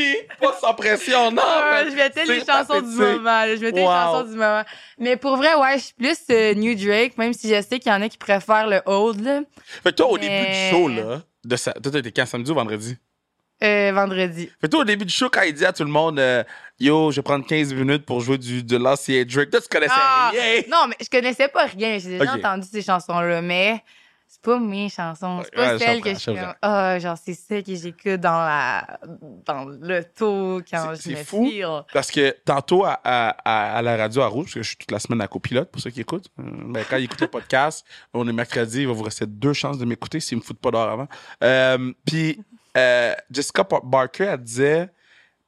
pas sans pression, non.
Ah, je mettais les
C'est
chansons du
pathétique.
moment. là. Je mettais
Wow.
les chansons du moment. Mais pour vrai, ouais, je suis plus euh, New Drake, même si je sais qu'il y en a qui préfèrent le old, là.
Fait que toi, au
Mais-
début du show, là, de sa... toi, t'étais quand samedi ou vendredi?
Euh, vendredi.
Fait que toi, au début du show, quand il dit à tout le monde, euh, yo, je vais prendre 15 minutes pour jouer du, de l'ancien Drake, toi, tu connaissais
Ah,
rien.
Non, mais je connaissais pas rien. J'ai déjà
Ok.
entendu ces chansons-là, mais c'est pas mes chansons. C'est
Ouais,
pas
ouais, je
celles que je
comprends,
suis
je comprends.
comme, ah, genre, c'est celles que j'écoute dans la, dans l'auto quand
C'est-
je
c'est
me
fou.
file.
Parce que tantôt, à, à- à- à la radio à Rouge, parce que je suis toute la semaine à copilote, pour ceux qui écoutent, euh, ben, quand ils écoutent le podcast, on est mercredi, il va vous rester deux chances de m'écouter s'ils me foutent pas d'or avant. Euh, Puis euh, Jessica Par- Barker, elle disait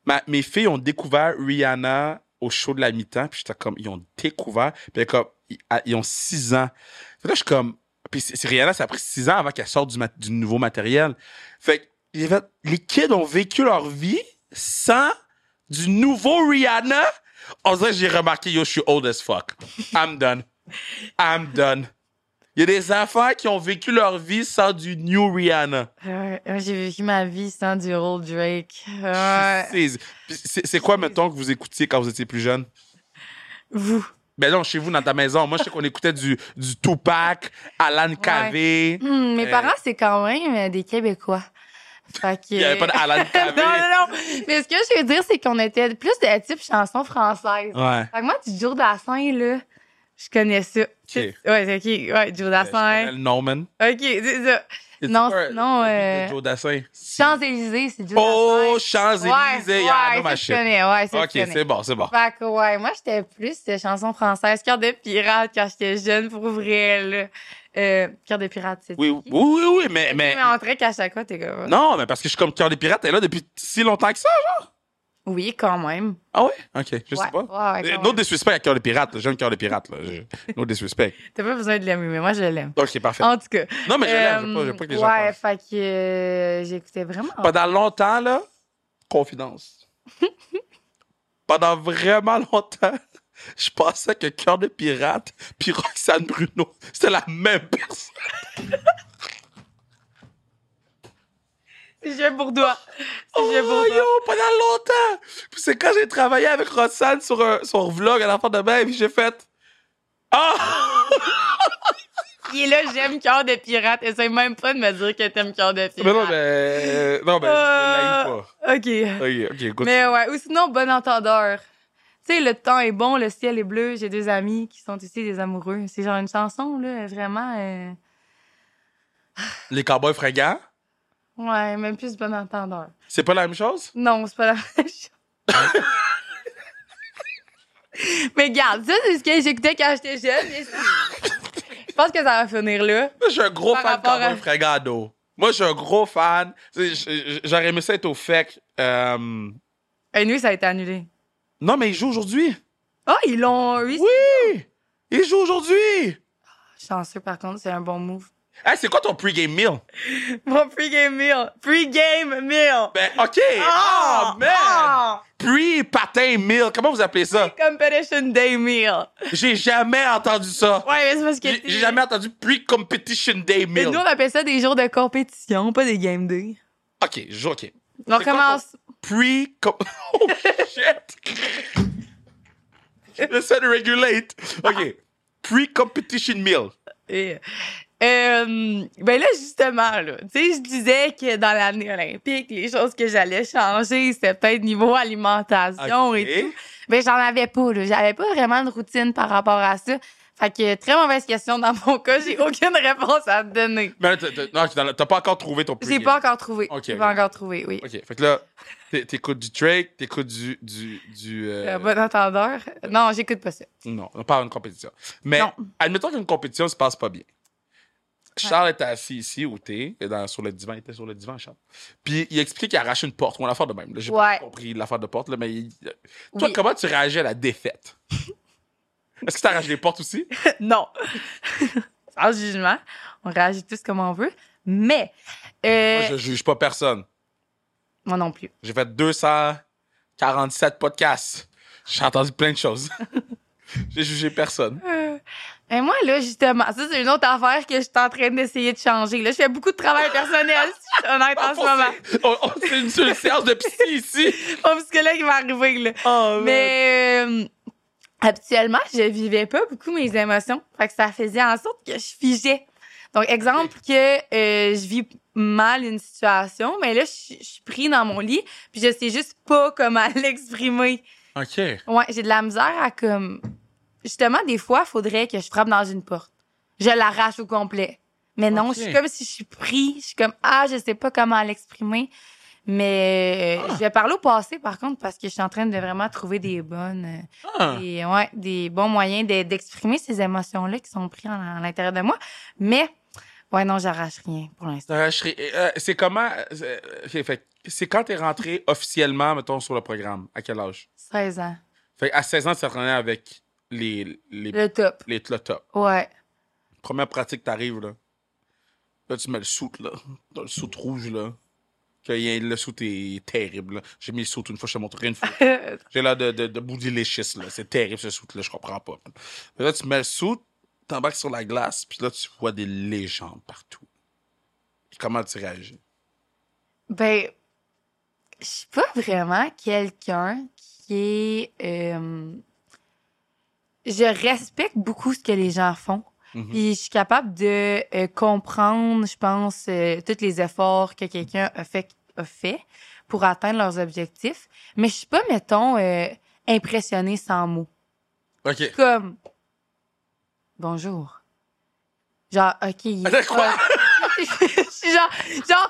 Ma- Mes filles ont découvert Rihanna au show de la mi-temps, puis j'étais comme Ils ont découvert, puis elle est comme Ils- à- ils ont six ans. Fait que là, je suis comme Puis c'est- c'est Rihanna, ça a pris six ans avant qu'elle sorte du, mat- du nouveau matériel. Fait que j'ai fait, les kids ont vécu leur vie sans du nouveau Rihanna, on dirait que j'ai remarqué, yo, je suis old as fuck. I'm done. I'm done. Il y a des enfants qui ont vécu leur vie sans du New Rihanna.
Euh, euh, J'ai vécu ma vie sans du rôle Drake. Ouais.
C'est- C'est c'est quoi, mettons, que vous écoutiez quand vous étiez plus jeune?
Vous.
Ben non, chez vous, dans ta maison. Moi, je sais qu'on écoutait du, du Tupac, Alan Cavey.
Hum, mes
Euh.
parents, c'est quand même euh, des Québécois. Fait que...
Il n'y avait pas d'Alan
non, non,
Cavey.
non. Mais ce que je veux dire, c'est qu'on était plus de type chanson française.
Ouais.
Fait que moi, du jour d'Assin, là, je connais ça. Ouais, c'est OK. Ouais, Joe
Ben, Je connais
Dassin.
le nom, man.
OK, c'est ça.
C'est
Non,
pas-
sinon, euh,
de Joe Dassin.
Champs-Élysées, c'est Joe
Oh,
Dassin.
Champs-Élysées, il y en a
ouais,
ma
ça, je
shit.
connais. Ouais, ça,
Ok,
je connais.
c'est bon, c'est bon.
Fait que, ouais, moi, j'étais plus de chansons françaises, cœur de pirate quand j'étais jeune, pour vrai, là. Euh, cœur de pirate, c'est
Oui, oui, oui, oui, mais, mais.
Mais on dirait qu'à chaque fois, t'es comme...
Non, mais parce que je suis comme Cœur des Pirates, elle est là depuis si longtemps que ça.
Oui, quand même.
Ah ouais? Ok, je
Ouais,
sais pas.
ouais, ouais,
Euh,
quand
No
même.
disrespect à Cœur des Pirates, là. j'aime Cœur des Pirates. Là. Je- No disrespect.
T'as pas besoin de l'aimer, mais moi, je l'aime.
Ok, parfait.
En tout cas.
Non, mais je l'aime, je veux
euh,
pas, je veux pas que les gens
Ouais,
pensent.
fait que euh, j'écoutais vraiment.
Pendant longtemps, là, confidence. Pendant vraiment longtemps, je pensais que Cœur de Pirate puis Roxane Bruno, c'était la même personne.
C'est Julien Bourdois. C'est
Oh,
Julien
yo,
Bourdois.
pendant longtemps! Puis c'est quand j'ai travaillé avec Roxane sur un, son vlog à l'enfant de bain, puis j'ai fait. Ah!
Il est là, j'aime cœur de pirate. Essaye même pas de me dire que t'aimes cœur de pirate.
Ah, mais non, mais. euh, Non, mais. je
Euh,
l'haïs
OK.
pas. Ok, ok, écoute.
Mais ouais, ou sinon, bon entendeur. Tu sais, le temps est bon, le ciel est bleu. J'ai deux amis qui sont ici, des amoureux. C'est genre une chanson, là, vraiment. euh,
Les cowboys fringants,
Ouais, même plus bon entendeur.
c'est pas la même chose?
Non, c'est pas la même chose. mais regarde, ça, c'est ce que j'écoutais quand j'étais jeune. mais c'est- Je pense que ça va finir là.
Moi, je suis un gros
Par
fan de
rapport
cowboys
à-
fringants, d'eau. Moi, je suis un gros fan. Tu sais, j- j- J'aurais aimé ça être au FEC. euh,
Et nous, ça a été annulé.
Non, mais ils jouent aujourd'hui.
Ah, ils l'ont oui.
Oui! Ils jouent aujourd'hui!
Chanceux, par contre, c'est un bon move.
Hey, c'est quoi ton pre-game meal?
Mon pre-game meal. Pre-game meal.
Ben, OK! Ah, man!
ah!
Pre-patin meal, comment vous appelez ça?
Competition day meal.
J'ai jamais entendu ça.
Ouais, mais c'est parce que.
J'ai
t'es-
j'ai jamais entendu pre-competition day
Mais
meal.
nous, on appelle ça des jours de compétition, pas des game day.
OK, je- OK.
On
C'est quoi
commence.
Pre... com- Oh, shit! J'essaie de regulate. OK. Pre-competition meal.
Et, euh, ben là, justement, là, tu sais, je disais que dans l'année olympique, les choses que j'allais changer, c'était peut-être niveau alimentation et tout.
OK.
Ben, j'en avais pas, là. J'avais pas vraiment de routine par rapport à ça. Fait que, très mauvaise question dans mon cas. J'ai aucune réponse à te donner.
Mais là, t'as- t'as non, t'as- t'as pas encore trouvé ton
J'ai
pre-game.
pas encore trouvé.
Ok,
J'ai
ok.
pas encore trouvé, oui.
OK, fait que là, t'é- t'écoutes du Drake, t'écoutes du... du, du euh,
Euh, bon entendeur. Non, j'écoute pas ça.
Non, pas une compétition. Mais
Non.
admettons qu'une compétition se passe pas bien. Charles était assis ici où t'es, et dans- sur le divan, il était sur le divan, Charles. Puis il expliquait qu'il arrachait une porte, ou une affaire de même. là. J'ai
Ouais.
pas compris l'affaire de porte, là, mais il- toi,
Oui.
comment tu réagis à la défaite? Est-ce que tu arraches les portes aussi?
non. Sans jugement. On réagit tous comme on veut. Mais, euh,
Moi, je juge pas personne.
moi non plus.
J'ai fait 247 podcasts. J'ai entendu plein de choses. J'ai jugé personne.
Euh, Et moi, là, justement, ça, c'est une autre affaire que je suis en train d'essayer de changer. Là, je fais beaucoup de travail personnel, si je suis honnête en ce moment.
Ah, On- on- C'est une, seule séance de psy ici.
Mon psychologue va arriver, là. Mais euh, habituellement, je vivais pas beaucoup mes émotions. Fait que ça faisait en sorte que je figeais. Donc, exemple que euh, je vis mal une situation, mais là, je, je suis pris dans mon lit, puis je sais juste pas comment l'exprimer.
OK.
Ouais, j'ai de la misère à comme... Justement, des fois, faudrait que je frappe dans une porte. Je l'arrache au complet. Mais non,
Ok.
je suis comme si je suis pris. Je suis comme, ah, je sais pas comment l'exprimer. Mais euh,
Ah.
je vais parler au passé, par contre, parce que je suis en train de vraiment trouver des bonnes... euh,
Ah.
des, ouais, des bons moyens de- d'exprimer ces émotions-là qui sont prises en- à l'intérieur de moi. Mais, ouais, non, j'arrache rien pour l'instant.
T'arracherais- euh, c'est comment. euh, ok, fait que c'est quand t'es rentré officiellement, mettons, sur le programme. À quel âge?
16 ans.
Fait que à 16 ans, tu t'es rentré avec les, les, les,
Le top.
le top.
Ouais.
Première pratique, t'arrives, là. Là, tu mets le soute, là. T'as le soute rouge, là. Que y a- le soute est terrible, là. J'ai mis le soute une fois, je te montrerai une fois. J'ai l'air de, de, de bouddhi léchiste, là. C'est terrible, ce soute, là. Je comprends pas. Là, tu mets le soute, t'embarques sur la glace, puis là, tu vois des légendes partout. Comment tu réagis?
Ben, je suis pas vraiment quelqu'un qui est. euh, Je respecte beaucoup ce que les gens font.
Mhm.
Puis je suis capable de euh, comprendre, je pense, euh, tous les efforts que quelqu'un a fait, a fait pour atteindre leurs objectifs. Mais je suis pas, mettons, euh, impressionnée sans mots.
OK.
Comme. Bonjour. Genre, OK. il est
Attends, quoi?
je suis genre, genre,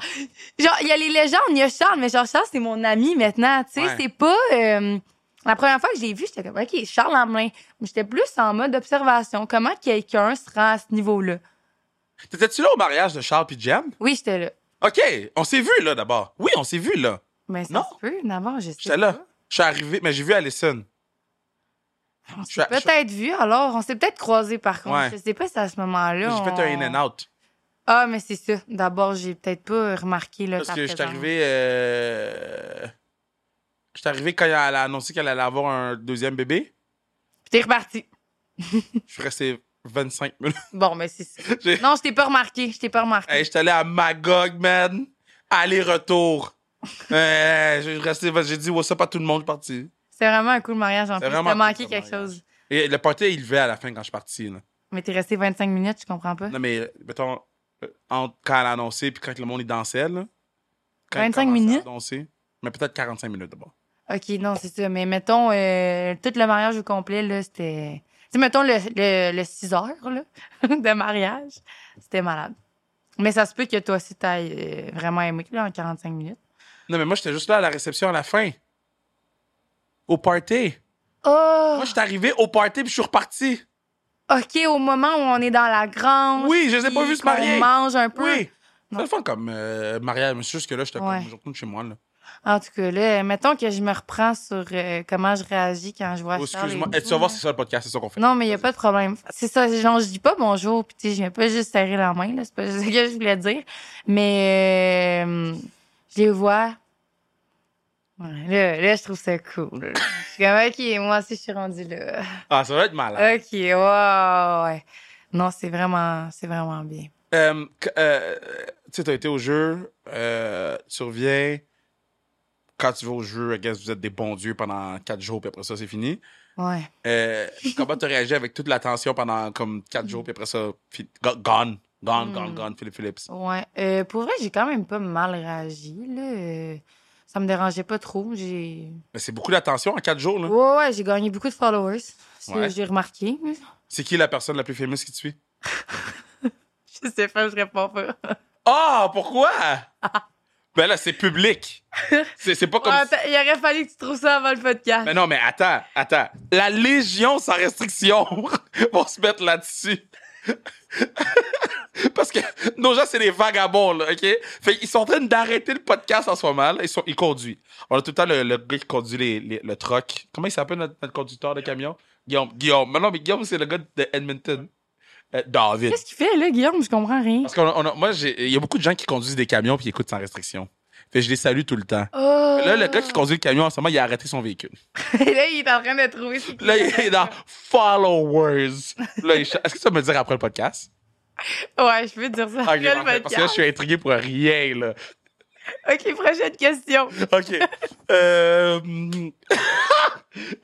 genre, il y a les légendes, il y a Charles, mais genre, Charles, c'est mon ami maintenant, tu sais,
Ouais.
c'est pas... euh, la première fois que je l'ai vu, j'étais comme, OK, Charles en main. J'étais plus en mode observation. Comment quelqu'un se rend à ce niveau-là?
T'étais-tu là au mariage de Charles puis Jem?
Oui, j'étais là.
OK, on s'est vu là d'abord. Oui, on s'est vu là.
Mais ça
Non.
se peut, d'abord, je sais.
J'étais là. Je suis arrivé, mais j'ai vu Allison.
On
Je suis
s'est
à- je-
Ah, peut-être vu, alors, on s'est peut-être croisés, par contre.
Ouais.
Je sais pas si à ce moment-là...
J'ai
on-
fait un in and out.
Ah, mais c'est ça. D'abord, j'ai peut-être pas remarqué, là,
Parce
ta
que je suis
présence.
arrivé. Euh... Je suis arrivé quand elle a annoncé qu'elle allait avoir un deuxième bébé.
Puis t'es reparti.
Je suis resté 25 minutes.
Bon, mais c'est ça.
J'ai-
Non, je t'ai pas remarqué, je t'ai pas remarqué.
Hey, j'étais allé à Magog, man. Aller-retour. Euh, j'ai resté- j'ai dit what's up à tout le monde, je suis parti.
C'est vraiment un cool mariage, en
C'est
plus.
vraiment
T'as manqué
cool,
quelque
comme
chose.
Et le party est élevé à la fin quand je suis parti. là.
Mais t'es resté 25 minutes, je comprends pas.
Non, mais, mettons, euh, entre quand elle a annoncé puis quand le monde est dansé, là. Quand elle
25
commence à
minutes?
danser, mais peut-être 45 minutes d'abord.
OK, non, c'est ça. Mais mettons, euh, tout le mariage au complet, là, c'était... Tu sais, mettons, le, le, le 6 heures, là, de mariage, c'était malade. Mais ça se peut que toi aussi, t'ailles euh, vraiment aimé, là, en 45 minutes.
Non, mais moi, j'étais juste là à la réception à la fin. Au party.
Oh!
Moi, je suis arrivé au party puis je suis reparti.
OK, au moment où on est dans la grange...
Oui, je les ai pas
puis
vus se
qu'on
marier.
mange un peu.
Oui. C'est le fun comme euh, mariage. Mais c'est juste que là, j'étais
Ouais.
comme, je retourne chez moi, là.
En tout cas, là, mettons que je me reprends sur euh, comment je réagis quand je vois
Oh,
Charles et
excuse-moi.
tout,
Eh, tu vas voir,
là.
c'est ça le podcast, c'est ça qu'on fait.
Non, mais il n'y a pas de problème. C'est ça, genre, je dis pas bonjour, puis tu sais, je viens pas juste serrer la main, là, c'est pas ce que je voulais dire. Mais euh, je les vois. Ouais, là, là, je trouve ça cool. là. je suis comme, OK, moi aussi, je suis rendue là.
Ah, ça va être malade.
OK, wow, ouais. Non, c'est vraiment, c'est vraiment bien.
Euh, que- euh, tu sais, t'as été au jeu, euh, tu reviens. Quand tu vas au jeu, I guess, vous êtes des bons dieux pendant quatre jours, puis après ça, c'est fini.
Ouais.
Euh, comment t'as réagi avec toute l'attention pendant comme quatre jours, puis après ça, fi- go- gone, gone,
Mm.
gone, gone, Philippe Phillips.
Ouais. Euh, pour vrai, j'ai quand même pas mal réagi, là. Euh, Ça me dérangeait pas trop. J'ai.
Mais c'est beaucoup d'attention en quatre jours, là.
Ouais, ouais, j'ai gagné beaucoup de followers. C'est-
Ouais.
J'ai remarqué.
C'est qui la personne la plus fameuse qui te suit?
Je sais pas, je réponds pas.
Ah, pourquoi? ben là, c'est public. C'est c'est pas comme.
Ouais,
si- Ben,
t'as- il aurait fallu que tu trouves ça avant le podcast.
Mais non, mais attends, attends. La Légion sans restriction vont se mettre là-dessus. Parce que nos gens, c'est des vagabonds, là, OK? Fait qu'ils sont en train d'arrêter le podcast en ce moment. là. Ils, sont, ils conduisent. On a tout le temps le, le gars qui conduit les- les- le truck. Comment il s'appelle notre, notre conducteur de camion? Guillaume. Guillaume. Mais non, mais Guillaume, c'est le gars de Edmonton. Euh, David.
Qu'est-ce qu'il fait, là, Guillaume? Je comprends rien.
Parce qu'on a- on a- moi, j'ai- il y a beaucoup de gens qui conduisent des camions puis qui écoutent sans restriction. Fait que je les salue tout le temps. Là, le gars qui conduit le camion en ce moment, il a arrêté son véhicule.
Oh. là, il est en train de trouver ce qu'il
Là, il est dans followers. Là, il cha- Est-ce que tu vas me le dire après le podcast?
Ouais, je peux dire ça.
Ok,
après le
parfait, parce que là, je
podcast.
suis intrigué pour rien, là.
OK, prochaine question.
OK. Euh,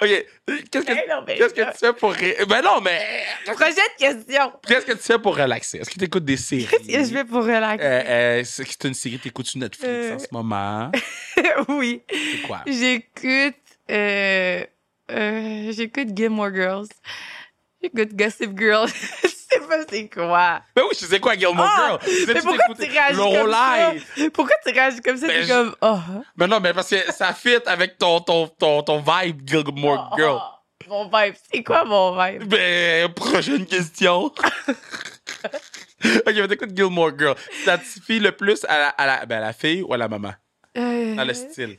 OK. Qu'est-ce
Eh
que,
non, mais-
qu'est-ce que tu fais pour... ré- Ben non, mais...
Prochaine question.
Qu'est-ce que tu fais pour relaxer? Est-ce que tu écoutes des séries?
Qu'est-ce que je fais pour relaxer?
Euh, euh, c'est c'est une série, t'écoutes sur Netflix
Euh.
en ce moment.
oui.
C'est quoi?
J'écoute... Euh, euh, J'écoute Gilmore Girls. J'écoute Gossip Girl. je sais pas c'est quoi.
Ben oui, je sais quoi, Gilmore
Ah!
Girl? Je sais
Mais
tout
pourquoi
écouter.
tu réagis
Laurel
comme ça?
Live.
Pourquoi tu réagis comme ça?
Ben,
T'es
je-
comme... Oh.
Mais Ben non, mais parce que ça fit avec ton, ton, ton, ton vibe, Gilmore Girl.
Oh, mon vibe. C'est quoi mon vibe?
Ben, prochaine question. ok, mais t'écoutes Gilmore Girl. Ça te suffit le plus à la, à la- ben, à la fille ou à la maman?
Euh,
Dans Ah, le style.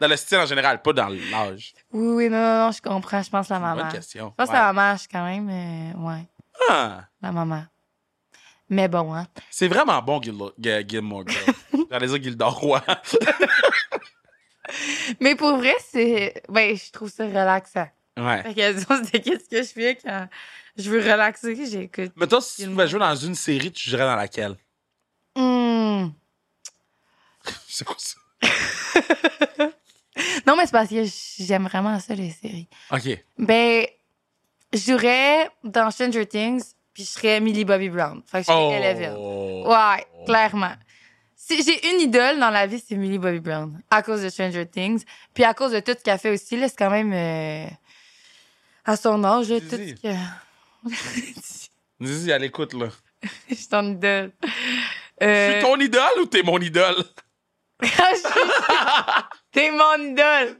Dans le style en général, pas dans l'âge.
Oui, oui, non, non, non, je comprends. Je pense la maman.
Bonne
Je
question.
pense
Ouais.
la maman, je suis quand même. euh, ouais,
Ah,
la maman. Mais bon, hein.
c'est vraiment bon, Gil- Gil- Gilmore Girl. J'allais dire Gildor Roy.
Mais pour vrai, c'est. Ben, je trouve ça relaxant.
ouais.
Fait que, disons, c'était qu'est-ce que je fais quand. Je veux relaxer, j'écoute.
Mais toi, si tu pouvais jouer dans une série, tu jouerais dans laquelle?
Hmm.
C'est quoi ça?
Non, mais c'est parce que j'aime vraiment ça, les séries.
OK.
Ben, je jouerais dans Stranger Things, puis je serais Millie Bobby Brown. Fait que je
Oh.
serais Eleven. Ouais, clairement. Si j'ai une idole dans la vie, c'est Millie Bobby Brown. À cause de Stranger Things. Puis à cause de tout ce qu'elle fait aussi, là, c'est quand même. euh, à son âge, là, tout ce
Vas-y.
que.
Dis-y, à l'écoute,
Euh,
là.
je suis ton idole.
Je
Euh,
suis ton idole ou t'es mon idole?
Ah, je suis- T'es mon idole!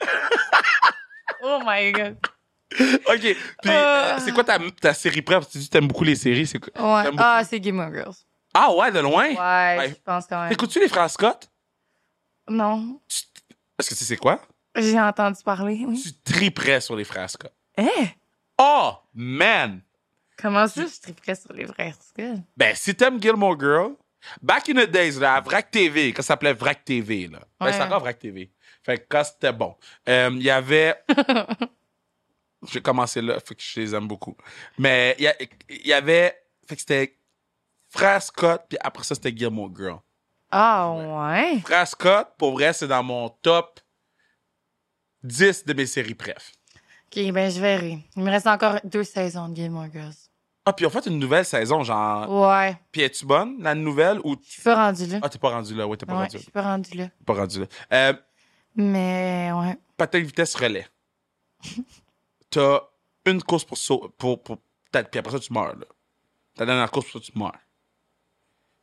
oh my god.
OK. Puis,
Euh.
euh, c'est quoi ta, ta série préf? Tu dis que t'aimes beaucoup les séries. c'est quoi?
Ouais.
T'aimes
Ah, c'est Game of Girls.
Ah ouais, de loin?
Ouais,
Ouais.
je pense quand même.
T'écoutes-tu les frères Scott?
Non,
Tu- Est-ce que tu sais c'est quoi?
j'ai entendu parler, oui.
Tu triperais sur les frères Scott.
Hein?
Oh, man!
Comment ça, je triperais sur les frères Scott?
Ben, si t'aimes Gilmore Girl, back in the days, là, à Vrac TV, quand ça s'appelait Vrac TV, là. Ben,
Ouais.
c'est encore Vrac TV. Fait que quand c'était bon. Euh, Il y avait. J'ai commencé là, fait que je les aime beaucoup. Mais il y, a- il y avait. Fait que c'était Frère Scott, puis après ça, c'était Gilmore Girl.
Ah, ouais.
Frère Scott, pour vrai, c'est dans mon top 10 de mes séries préf.
Ok, ben je verrai. Il me reste encore deux saisons de Game of Girls.
Ah, puis en fait, une nouvelle saison, genre.
Ouais,
Puis es-tu bonne, la nouvelle, ou.
je suis pas rendue là.
Ah, t'es pas rendu là, ouais, t'es pas
Ouais,
rendu
je
là.
suis pas rendue là.
T'es pas rendu là. Euh,
Mais ouais.
patin vitesse relais. T'as une course pour, sau- pour, pour t'as- puis après ça, tu meurs. Là. Ta dernière course, pour ça, tu meurs.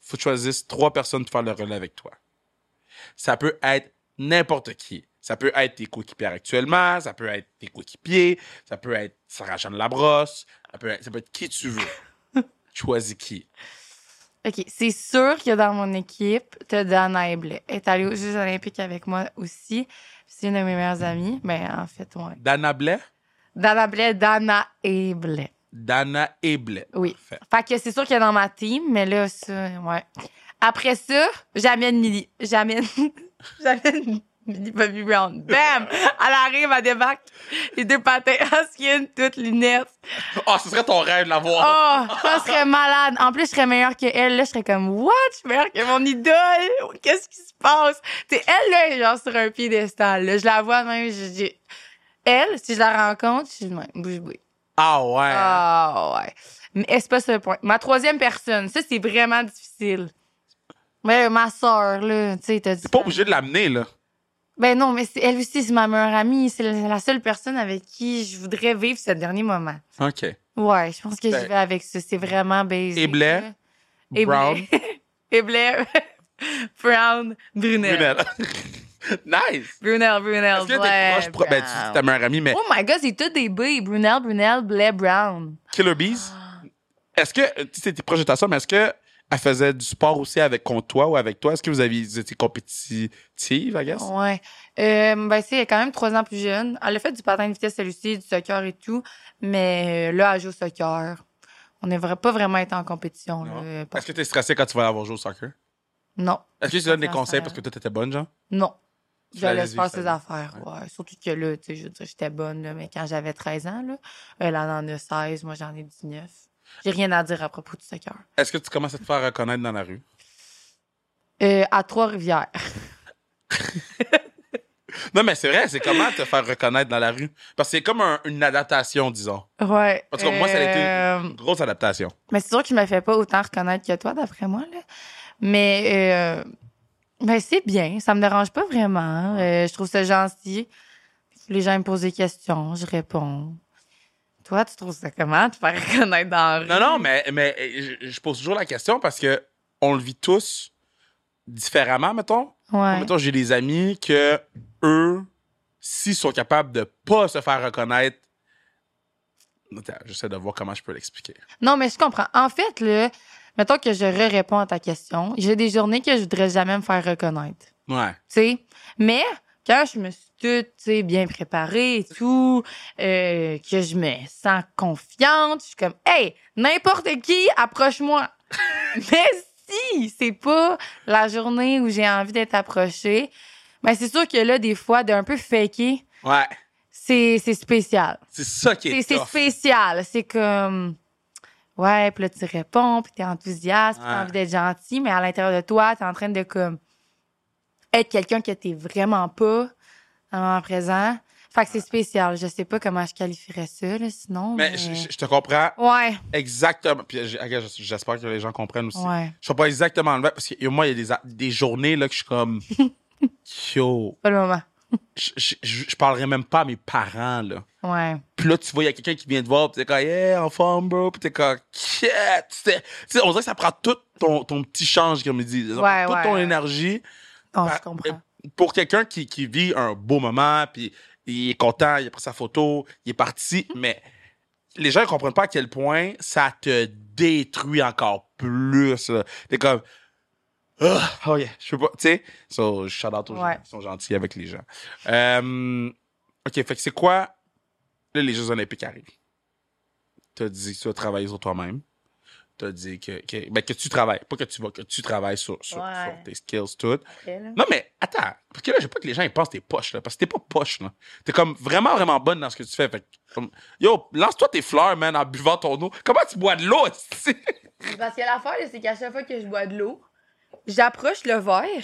Faut que tu choisisses trois personnes pour faire le relais avec toi. Ça peut être n'importe qui. Ça peut être tes coéquipiers actuellement, ça peut être tes coéquipiers, ça peut être Sarah-Jeanne Labrosse, ça peut être, ça peut être qui tu veux. Choisis qui.
Ok, c'est sûr que dans mon équipe, t'as Dan Eble. Elle est allée aux Jeux Olympiques avec moi aussi. C'est une de mes meilleures amies. Ben, en fait, ouais.
Dana Blais,
Dana Blais, Dana Eble.
Dana et Blais.
Oui.
Parfait.
Fait que c'est sûr qu'elle est dans ma team, mais là, ça, ouais. Après ça, j'amène Millie. J'amène. j'amène Millie Bobby Brown. Bam! Elle arrive, elle débarque. Les deux patins à skin, toutes lunettes.
Ah, ce serait ton rêve de l'avoir.
Oh, ça serait malade. En plus, je serais meilleure que elle. Là, je serais comme, what? Je suis meilleure que mon idole. Qu'est-ce qui se passe? T'sais, elle, là, elle est genre sur un piédestal. Là. Je la vois même. Je, je- Elle, si je la rencontre, je suis de même, bouche bouée.
Ah ouais.
Ah ouais. Mais c'est pas ça le point. Ma troisième personne, ça, c'est vraiment difficile. Mais ma soeur, là, tu sais, t'as dit.
T'es pas obligé de l'amener, là.
Ben non, mais c'est- elle aussi, c'est ma meilleure amie. C'est la la seule personne avec qui je voudrais vivre ce dernier moment.
OK.
Ouais, je pense que
Ben,
je vais avec ça. C'est vraiment baisé.
et Blais,
là. Et
Brown,
Blais. Et Blais. Brown, Brunel. Brunel,
Brunel. nice!
Brunel,
Est-ce que
Blais,
t'es proche... pro- Ben, tu dis
Brown.
ta meilleure amie, mais
Oh my god, c'est tous des B. Brunel, Brunel, Blais, Brown.
Killer Bees, est-ce que... Tu sais, t'es proche de ta soeur, mais est-ce que elle faisait du sport aussi avec contre toi ou avec toi? Est-ce que vous aviez vous étiez compétitive, I guess?
Ouais. Euh, ben, tu sais, elle est quand même trois ans plus jeune. Elle a fait du patin de vitesse à Lucie, du soccer et tout. Mais euh, là, elle joue au soccer. On n'aimerait pas vraiment être en compétition.
Non.
là, euh, parce-
Est-ce que t'es stressée quand tu vas avoir joué au soccer?
Non.
Est-ce que tu donnes des
Confiance en
conseils
elle.
parce que toi, t'étais bonne, genre?
Non.
Tu la
J'allais
laisses
faire
vivre sa
ses
vie.
affaires. ouais. Surtout que là, tu sais, je veux dire, j'étais bonne, là, mais quand j'avais 13 ans, là, euh, elle en a 16, moi j'en ai 19. J'ai rien à dire à propos du soccer.
Est-ce que tu commences à te faire reconnaître dans la rue?
Euh, à Trois-Rivières.
Non, mais c'est vrai, c'est comment te faire reconnaître dans la rue? Parce que c'est comme un- une adaptation, disons.
Ouais.
En tout cas, moi, ça a été-
Euh,
Une grosse adaptation.
Mais c'est sûr que je me fais pas autant reconnaître que toi, d'après moi. Là. Mais euh, ben, c'est bien. Ça me dérange pas vraiment. Euh, je trouve ça gentil. Les gens me posent des questions, je réponds. Toi, tu trouves ça comment te faire reconnaître dans la rue?
Non, non, mais, mais euh, je, je pose toujours la question parce que on le vit tous différemment, mettons.
Ouais.
Mettons, j'ai des amis que eux, s'ils sont capables de pas se faire reconnaître. Attends, j'essaie de voir comment je peux l'expliquer.
Non, mais je comprends. En fait, là, mettons que je réponds à ta question, j'ai des journées que je voudrais jamais me faire reconnaître.
Ouais.
Tu sais, mais quand je me suis toute, tu sais, bien préparée et tout, euh, que je me sens confiante, je suis comme, hey, n'importe qui, approche-moi. mais si c'est pas la journée où j'ai envie d'être approchée, ben c'est sûr que là, des fois, d'un peu faker,
Ouais.
c'est c'est spécial.
C'est ça qui est,
C'est c'est
tough.
spécial. C'est comme. ouais, puis là, tu réponds, puis t'es enthousiaste, puis
Ouais.
t'as envie d'être gentil, mais à l'intérieur de toi, t'es en train de, comme, être quelqu'un que t'es vraiment pas à moment présent. Fait que c'est spécial. Je sais pas comment je qualifierais ça, là, sinon. Mais,
Mais je, je- je te comprends
Ouais,
exactement. Puis j'- regarde, j'espère que les gens comprennent aussi.
ouais.
Je sais pas exactement le parce que moi, il y a des, a- des journées là, que je suis comme. Yo,
Pas le moment.
je, je, je- je parlerai même pas à mes parents. là.
Ouais.
Puis là, tu vois, il y a quelqu'un qui vient te voir, puis t'es comme, yeah, en forme, bro. Puis t'es comme, yeah. Tu sais, tu sais, on dirait que ça prend tout ton, ton petit change, comme ils disent. Ça
Ouais,
prend toute
ouais,
ton
ouais.
énergie.
Bon,
Bah,
je comprends.
Pour quelqu'un qui, qui vit un beau moment, puis il est content, il a pris sa photo, il est parti,
Mm-hmm.
mais les gens ne comprennent pas à quel point ça te détruit encore plus. là. T'es comme, Ah, oh yeah, je sais pas, tu sais. So, shout out aux
Ouais.
gens qui sont gentils avec les gens. Euh, OK, fait que c'est quoi, là, les Jeux Olympiques arrivent. T'as dit que tu as travaillé sur toi-même. T'as dit que, que, ben, que tu travailles. Pas que tu vas, que tu travailles sur, sur-
Ouais.
sur tes skills, tout.
Après, là.
Non, mais attends. Parce que là, j'ai pas que les gens ils pensent que t'es poche, là. Parce que t'es pas poche, là. T'es comme vraiment, vraiment bonne dans ce que tu fais. Fait que, comme, yo, lance-toi tes fleurs, man, en buvant ton eau. Comment tu bois de l'eau, esti?
Parce que l'affaire, là, c'est qu'à chaque fois que je bois de l'eau, j'approche le verre,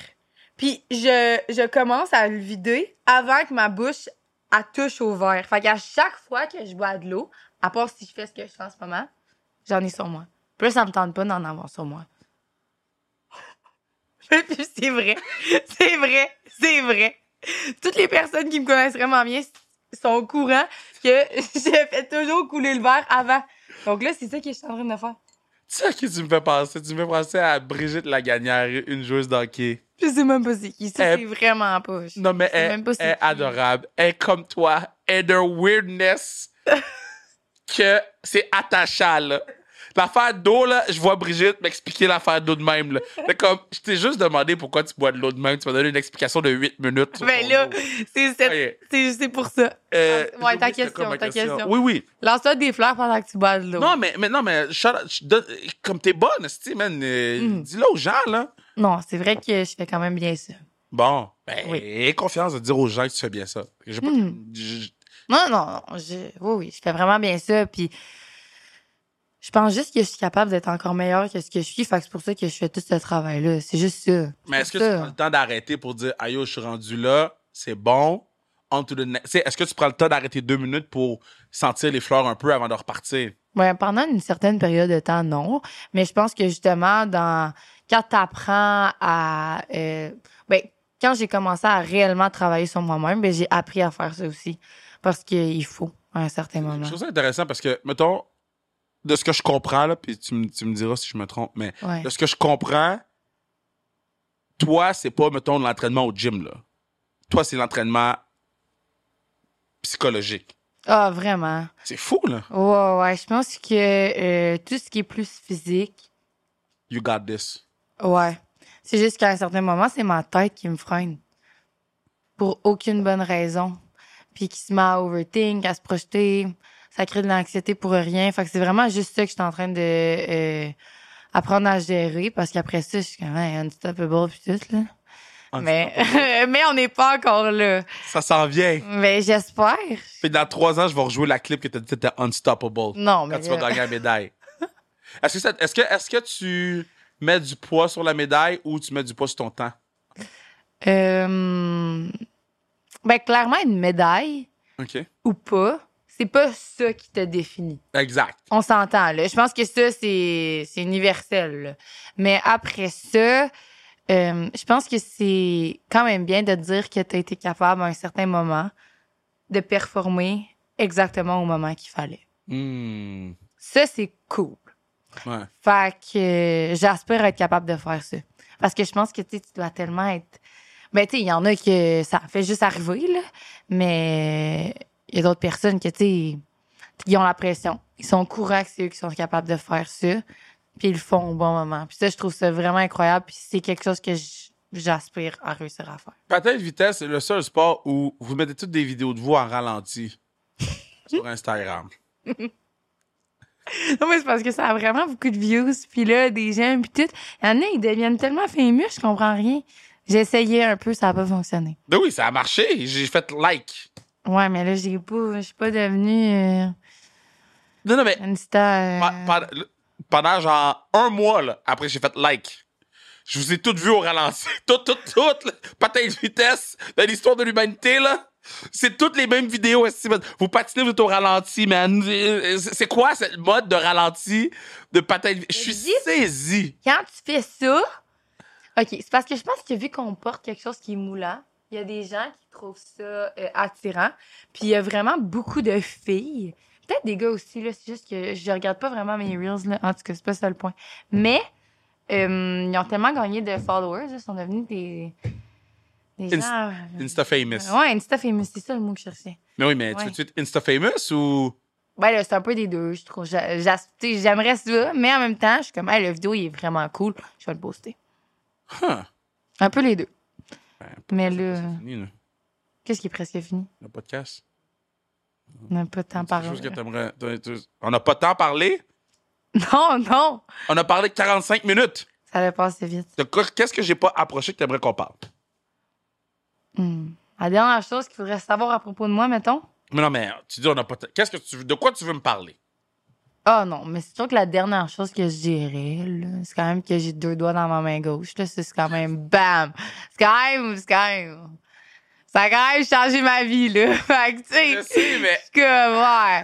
puis je, je commence à le vider avant que ma bouche elle touche au verre. Fait qu'à chaque fois que je bois de l'eau, à part si je fais ce que je fais en ce moment, j'en ai sur moi. Plus ça me tente pas d'en avoir sur moi. Puis c'est vrai. C'est vrai. C'est vrai. Toutes les personnes qui me connaissent vraiment bien sont au courant que je fais toujours couler le verre avant. Donc là, c'est ça que je suis en train de faire.
Tu sais à qui tu me fais penser? Tu me fais penser à Brigitte Lagagnère, une joueuse d'hockey.
Je sais même pas c'est qui. Ça,
Euh,
c'est vraiment pas. Je-
Non, mais
je sais
elle,
même pas c'est
elle est
qui.
adorable. Elle est comme toi. Elle est d'un weirdness que c'est attachant, là. L'affaire d'eau, là, je vois Brigitte m'expliquer l'affaire d'eau de même, là. Mais comme, je t'ai juste demandé pourquoi tu bois de l'eau de même. Tu m'as donné une explication de 8 minutes. sur
Ben
ton
là,
eau.
c'est cette-
Ok.
c'est c'est pour ça. Ah, ouais,
Euh, j'ai
ta
oublié c'était quoi
question,
ma
ta question.
Oui, oui.
Lance-toi des fleurs pendant que tu bois de l'eau.
Non, mais, mais, non, mais shout out, je donne- comme t'es bonne, esti, man, euh,
Mm.
dis-le aux gens, là.
Non, c'est vrai que je fais quand même bien ça.
Bon, ben,
Oui.
aie confiance de dire aux gens que tu fais bien ça. J'ai pas-
Mm.
j-
Non, non, non. Je... Oui, oui, je fais vraiment bien ça. Puis je pense juste que je suis capable d'être encore meilleure que ce que je suis. Fait que c'est pour ça que je fais tout ce travail-là. C'est juste ça.
mais est-ce que tu prends le temps d'arrêter pour dire, aïe, yo, je suis rendu là, c'est bon, on to the next. Tu sais, Est-ce que tu prends le temps d'arrêter deux minutes pour sentir les fleurs un peu avant de repartir?
Ouais, pendant une certaine période de temps, non. Mais je pense que justement, dans quand t'apprends à, euh, ben, quand j'ai commencé à réellement travailler sur moi-même, ben j'ai appris à faire ça aussi parce qu'il faut à un certain
Je
moment.
trouve ça intéressant parce que, mettons, de ce que je comprends, là, puis tu, me- tu me diras si je me trompe, mais
Ouais.
de ce que je comprends, toi, c'est pas, mettons, de l'entraînement au gym, là. Toi, c'est l'entraînement psychologique.
Ah vraiment.
C'est fou, là.
Ouais, ouais. Je pense que euh, tout ce qui est plus physique,
You got this.
ouais. C'est juste qu'à un certain moment, c'est ma tête qui me freine pour aucune bonne raison, puis qui se met à overthink, à se projeter. ça crée de l'anxiété pour rien. Fait que c'est vraiment juste ça que je suis en train de euh, apprendre à gérer parce qu'après ça, je suis comme hey, unstoppable puis tout là. Mais mais on n'est pas encore là.
Ça s'en vient.
Mais j'espère.
Puis dans trois ans, je vais rejouer la clip que t'as dit que t'étais unstoppable
Non, mais
quand tu vas
là-
gagner la médaille. Est-ce que, ça- est-ce que, est-ce que tu mets du poids sur la médaille ou tu mets du poids sur ton temps?
Euh, ben clairement une médaille
OK.
ou pas, c'est pas ça qui te définit.
Exact.
On s'entend, là. Je pense que ça, c'est, c'est universel. là. Mais après ça, euh, je pense que c'est quand même bien de dire que tu as été capable à un certain moment de performer exactement au moment qu'il fallait.
Hmm.
Ça, c'est cool.
Ouais.
Fait que euh, j'aspire être capable de faire ça. Parce que je pense que tu sais, tu dois tellement être. Ben, tu sais, il y en a que ça fait juste arriver, là. Mais il y a d'autres personnes que, tu sais, ils ont la pression. Ils sont au courant que c'est eux qui sont capables de faire ça. Puis ils le font au bon moment. Puis ça, je trouve ça vraiment incroyable. Puis c'est quelque chose que j- j'aspire à réussir à faire.
Patin de vitesse, c'est le seul sport où vous mettez toutes des vidéos de vous en ralenti sur Instagram.
Non, mais c'est parce que ça a vraiment beaucoup de views. Puis là, des gens, puis tout. Il y en a, ils deviennent tellement fameux, je comprends rien. J'ai essayé un peu, ça n'a pas fonctionné.
Ben oui, ça a marché. J'ai fait like.
Ouais, mais là, j'ai pas, je suis pas devenue euh,
Non, non, mais
une star. euh,
pa- pa- le- pendant genre un mois, là, après j'ai fait like. Je vous ai toutes vues au ralenti. Toutes, toutes, toutes. là. Patin de vitesse dans l'histoire de l'humanité, là. C'est toutes les mêmes vidéos. esti, man. Vous patinez, vous êtes au ralenti, man. Euh, C'est c'est quoi cette mode de ralenti, de patin de vitesse? Je suis
Dis-
saisi.
Quand tu fais ça, OK, c'est parce que je pense que vu qu'on porte quelque chose qui est moulant, il y a des gens qui trouvent ça euh, attirant. Puis il y a vraiment beaucoup de filles. Peut-être des gars aussi, là. C'est juste que je regarde pas vraiment mes Reels, là. En tout cas, c'est pas ça le point. Mais euh, ils ont tellement gagné de followers, là, Ils sont devenus des. Des
Inst-
gens. euh,
Insta famous.
Ouais, Insta famous, c'est ça le mot que je cherchais.
Mais oui, mais
Ouais.
tu veux être Insta famous ou.
Ben là, c'est un peu des deux, je trouve. J'a- j'a- tu sais, J'aimerais ça, mais en même temps, je suis comme, hey, le vidéo, il est vraiment cool. Je vais le poster.
Huh.
Un peu les deux.
Ben,
Mais
Hein. C'est
là,
fini, là,
qu'est-ce qui est presque fini?
le podcast.
On n'a pas de temps
Quelque
parlé.
chose que t'aimerais- t'as- t'as- On n'a pas tant parlé.
Non, non!
On a parlé 45 minutes.
Ça va passer vite.
De quoi- Qu'est-ce que j'ai pas approché que t'aimerais qu'on parle?
Hmm. La dernière chose qu'il faudrait savoir à propos de moi, mettons.
Mais non, mais tu dis on n'a pas. t- Qu'est-ce que tu veux- De quoi tu veux me parler?
Ah non, mais c'est sûr que la dernière chose que je dirais, là, c'est quand même que j'ai deux doigts dans ma main gauche. Là, ça, c'est quand même bam! C'est quand même, c'est quand même. Ça a quand même changé ma vie, là. Fait que, tu sais.
Je sais, mais-
je suis comme, ouais.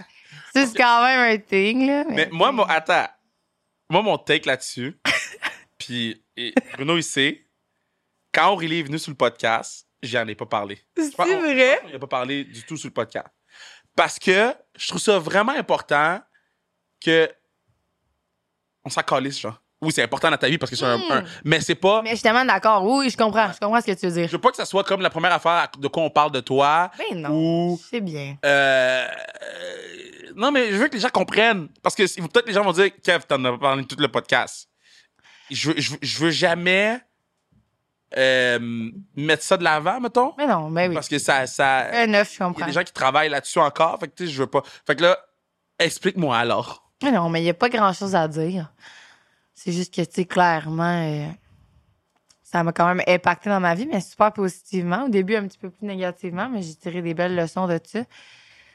Ça, c'est quand même un thing, là.
Mais moi, mon, attends. Moi, mon take là-dessus, puis et Bruno, il sait, quand Aurélie est venue sur le podcast, j'en ai pas parlé.
C'est
Pas- on-
vrai?
On n'a pas parlé du tout sur le podcast. Parce que je trouve ça vraiment important que on s'en calisse, genre. Oui, c'est important dans ta vie parce que c'est un,
Mm.
un- Mais c'est pas.
Mais je suis tellement d'accord. Oui, je comprends. Je comprends ce que tu veux
oh. Je
dire.
veux pas que ça soit comme la première affaire à- de quoi on parle de toi.
Ben non.
Ou.
C'est bien.
euh, euh, non, mais je veux que les gens comprennent. Parce que si- peut-être les gens vont dire Kev, t'en as parlé tout le podcast. Je veux, je veux- je veux jamais euh, mettre ça de l'avant, mettons.
Mais non, ben oui.
Parce que ça. ça
Un neuf, je
Il y a
comprends.
des gens qui travaillent là-dessus encore. Fait que, tu sais, je veux pas. Fait que là, explique-moi alors.
Mais Ah non, mais il n'y a pas grand-chose à dire. C'est juste que, tu sais, clairement, euh, ça m'a quand même impacté dans ma vie, mais super positivement. Au début, un petit peu plus négativement, mais j'ai tiré des belles leçons de ça.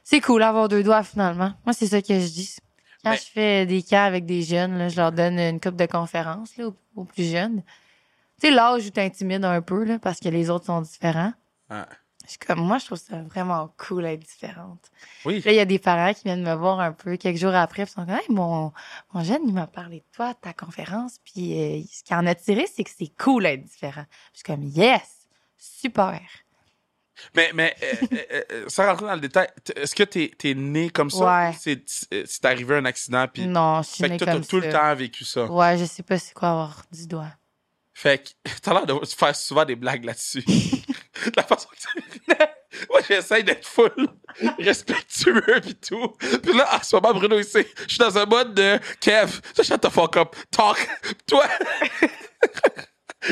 C'est cool d'avoir deux doigts, finalement. Moi, c'est ça que je dis. Quand
Ben-
je fais des cas avec des jeunes, là, je leur donne une coupe de conférences là, aux, aux plus jeunes. Tu sais, l'âge où t'intimides un peu, là, parce que les autres sont différents.
Ah.
Je suis comme, moi, je trouve ça vraiment cool d'être différente.
Oui.
Puis là, il y a des parents qui viennent me voir un peu quelques jours après, puis ils sont comme, hey, mon, mon jeune, il m'a parlé de toi, de ta conférence, puis euh, ce qu'il en a tiré, c'est que c'est cool d'être différent. Puis je suis comme, yes, super.
Mais, mais euh, euh, euh, sans rentrer dans le détail, t- est-ce que t'es es né comme ça?
Ouais.
C'est c'est- c'est arrivé un accident. Puis,
non, je suis
fait que
née
toi, t'as
comme
tout
ça.
le temps vécu ça.
Ouais, je sais pas c'est quoi avoir du doigt.
Fait que t'as l'air de faire souvent des blagues là-dessus. De la façon que tu- Moi, j'essaye d'être full respectueux pis tout. Puis là, en ce moment, Bruno, ici, je suis dans un mode de Kev, ça, shut the fuck up, talk. Toi,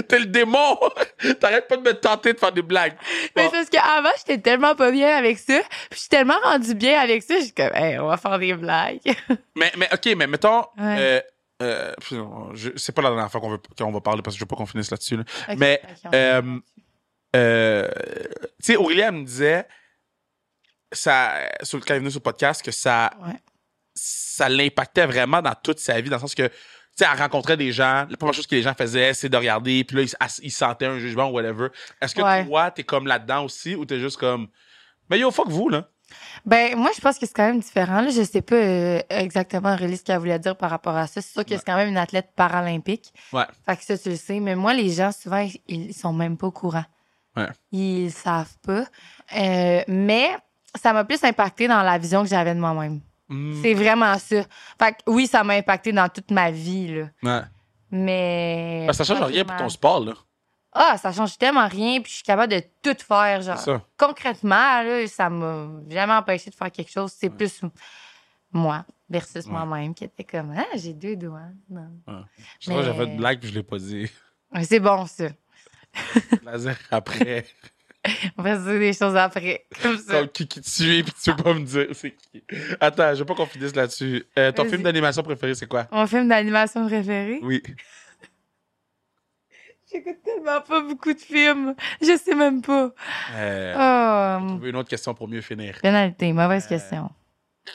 t'es le démon. T'arrêtes pas de me tenter de faire des blagues.
Mais
Bon.
c'est parce qu'avant, j'étais tellement pas bien avec ça, puis je suis tellement rendue bien avec ça, je suis comme, hey, on va faire des blagues.
Mais, mais OK, mais mettons.
Ouais.
euh, euh, puis on- je- c'est pas la dernière fois qu'on veut- qu'on va parler parce que je veux pas qu'on finisse là-dessus. là.
Ok,
Mais,
ok, on va
euh,
là-dessus.
Euh, tu sais, Aurélie, elle me disait, ça, sur, quand elle est venue sur le podcast, que ça,
Ouais.
ça l'impactait vraiment dans toute sa vie, dans le sens que, tu sais, elle rencontrait des gens, la première chose que les gens faisaient, c'est de regarder, puis là, ils, elle- ils sentaient un jugement ou whatever. Est-ce que
Ouais.
toi, t'es comme là-dedans aussi, ou t'es juste comme, mais yo, fuck vous, là?
Ben, moi, je pense que c'est quand même différent. Là, je sais pas euh, exactement Aurélie ce qu'elle voulait dire par rapport à ça. C'est sûr que
Ouais.
c'est quand même une athlète paralympique.
Ouais.
Fait que ça, tu le sais. Mais moi, les gens, souvent, ils- ils sont même pas au courant.
Ouais.
Ils savent pas. Euh, mais ça m'a plus impacté dans la vision que j'avais de moi-même.
Mm.
C'est vraiment ça. Fait que oui, ça m'a impacté dans toute ma vie, là.
Ouais.
Mais.
Ben, ça change rien pour ton
tranquillement.
sport, là.
Ah, ça change tellement rien, puis je suis capable de tout faire, genre
C'est ça.
concrètement, là, ça m'a jamais empêché de faire quelque chose. C'est plus moi versus
Ouais.
moi-même qui était comme Ah, j'ai deux doigts. Non.
Je crois que
Mais-
j'avais une blague, puis je l'ai pas dit.
Mais C'est bon, ça.
Laser après.
On va se dire des choses après. Comme ça.
Comme qui, qui tu es, puis tu peux pas me dire c'est qui. Attends, je veux pas qu'on finisse là-dessus. Euh, ton
Vas-y.
film d'animation préféré, c'est quoi?
Mon film d'animation préféré.
Oui.
J'écoute tellement pas beaucoup de films. Je sais même pas.
Euh,
Oh.
Une autre question pour mieux finir.
Pénalité, mauvaise
Euh,
question.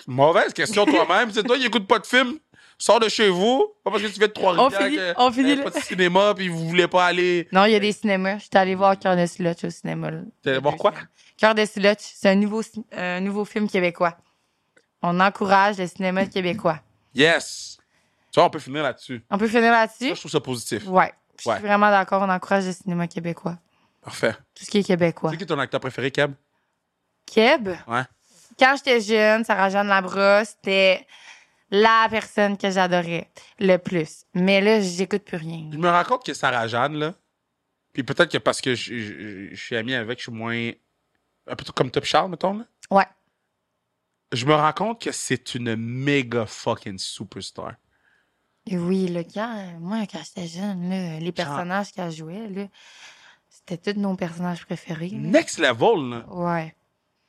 Mauvaise question toi-même. C'est toi qui écoute pas de film. Sors de chez vous. Pas parce que tu fais de trois
On finit-
que,
on finit
euh,
le-
pas de cinéma, puis vous voulez pas aller.
Non, il y a des cinémas. J'étais allée voir Cœur de Slotch au cinéma. là.
T'es allée voir quoi?
Cœur de Slotch, c'est un nouveau, ci- euh, un nouveau film québécois. On encourage le cinéma québécois.
Yes. Tu vois, on peut finir là-dessus.
On peut finir là-dessus?
Ça, je trouve ça positif.
Ouais. Je suis
Ouais.
vraiment d'accord. On encourage le cinéma québécois.
Parfait.
Tout ce qui est québécois.
C'est qui ton acteur préféré, Cab?
Keb?
Ouais.
Quand j'étais jeune, Sarah-Jeanne Labrosse, c'était la personne que j'adorais le plus. Mais là, j'écoute plus rien.
Je me rends compte que Sarah Jeanne, là, puis peut-être que parce que je, je- je suis ami avec, je suis moins. Un peu comme Top Charles, mettons, là.
Ouais.
Je me rends compte que c'est une méga fucking superstar.
Et oui, là, quand, moi, quand j'étais jeune, là, les personnages qu'elle jouait, là, c'était tous nos personnages préférés. là.
Next level, là.
Ouais.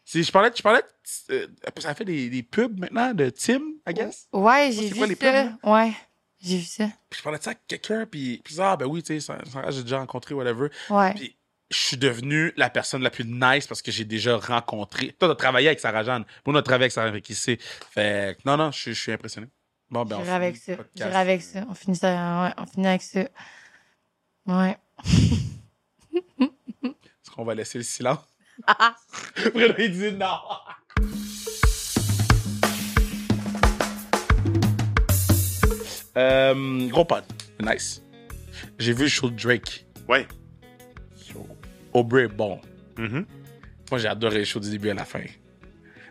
Si je parlais, je parlais, euh, ça fait des, des pubs maintenant de Tim, I guess.
Ouais,
c'est
j'ai
quoi les
vu
pubs,
ça.
là?
ouais, j'ai vu ça.
Puis je parlais de ça à quelqu'un, puis, puis ah, ben oui, tu sais, ça- ça, j'ai déjà rencontré, whatever.
Ouais.
Puis je suis devenu la personne la plus nice parce que j'ai déjà rencontré. Toi, t'as travaillé avec Sarah Jeanne. Moi, on a travaillé avec Sarah avec ici. Fait que non, non, je suis- je suis impressionné. Bon, ben, on
J'irai
finit
avec
le
ça.
podcast.
J'irai avec ça. On finit ça. Ouais, on finit avec ça. Ouais.
Est-ce qu'on va laisser le silence? Bruno, il dit non. Euh, gros pod. Nice. J'ai vu le show de Drake.
Ouais.
Aubrey est bon.
Mhm.
Moi, j'ai adoré le show du début à la fin.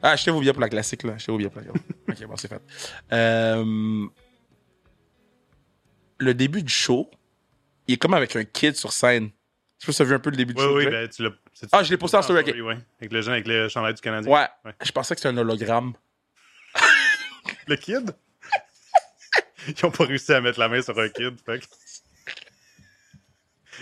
Ah, achetez-vous bien pour la classique, là. Achetez-vous bien pour la classique. OK, bon, c'est fait. Euh, le début du show, il est comme avec un kid sur scène. Je sais pas si t'as vu un peu le début du
Oui,
show.
oui,
Drake.
ben tu l'as. c'est-
Ah, je l'ai posté en story, ok.
ouais. Avec le gens avec le chandail du Canadien.
Ouais.
Ouais.
Je pensais que c'était un hologramme.
Le kid? Ils ont pas réussi à mettre la main sur un kid, fait que-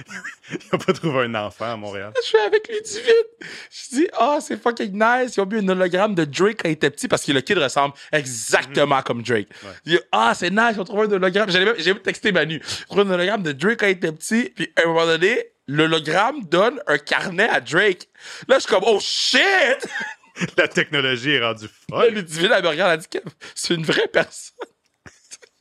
Ils ont pas trouvé un enfant à Montréal.
Je suis avec lui du vide. Je dis, ah, c'est fucking nice. Ils ont mis un hologramme de Drake quand il était petit parce que le kid ressemble exactement comme Drake.
Ouais.
Je dis, ah, c'est nice. Ils ont trouvé un hologramme. J'allais même- J'ai même texté Manu. Ils ont trouvé un hologramme de Drake quand il était petit. Puis à un moment donné, l'hologramme donne un carnet à Drake. Là, je suis comme, oh shit!
La technologie est rendue
Là,
folle.
Ludivine, elle me regarde, elle dit Kev, c'est une vraie personne.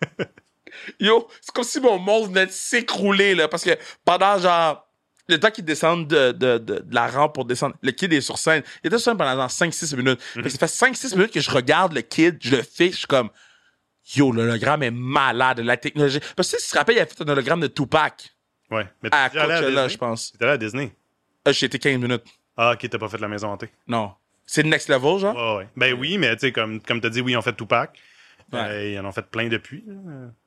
Yo, c'est comme si mon monde venait de s'écrouler, là, parce que pendant, genre, le temps qu'ils descendent de, de- de- de la rampe pour descendre, le kid est sur scène. Il était sur scène pendant 5-6 minutes. Fait que Ça fait 5-6 minutes que je regarde le kid, je le fiche, je suis comme, yo, l'hologramme est malade, la technologie. Parce que si tu te rappelles, il a fait un hologramme de Tupac
Ouais. Mais
à
t'es allé
Coachella, Ah, je
Disney?
pense.
T'es allé à Disney?
Euh, J'ai été 15 minutes.
Ah, ok, t'as pas fait la maison hantée.
Non. C'est le next level, genre?
Ouais, ouais. Ben oui, mais tu sais, comme, comme t'as dit, oui, ils ont fait Tupac.
Ouais.
Euh, ils en ont fait plein depuis. là.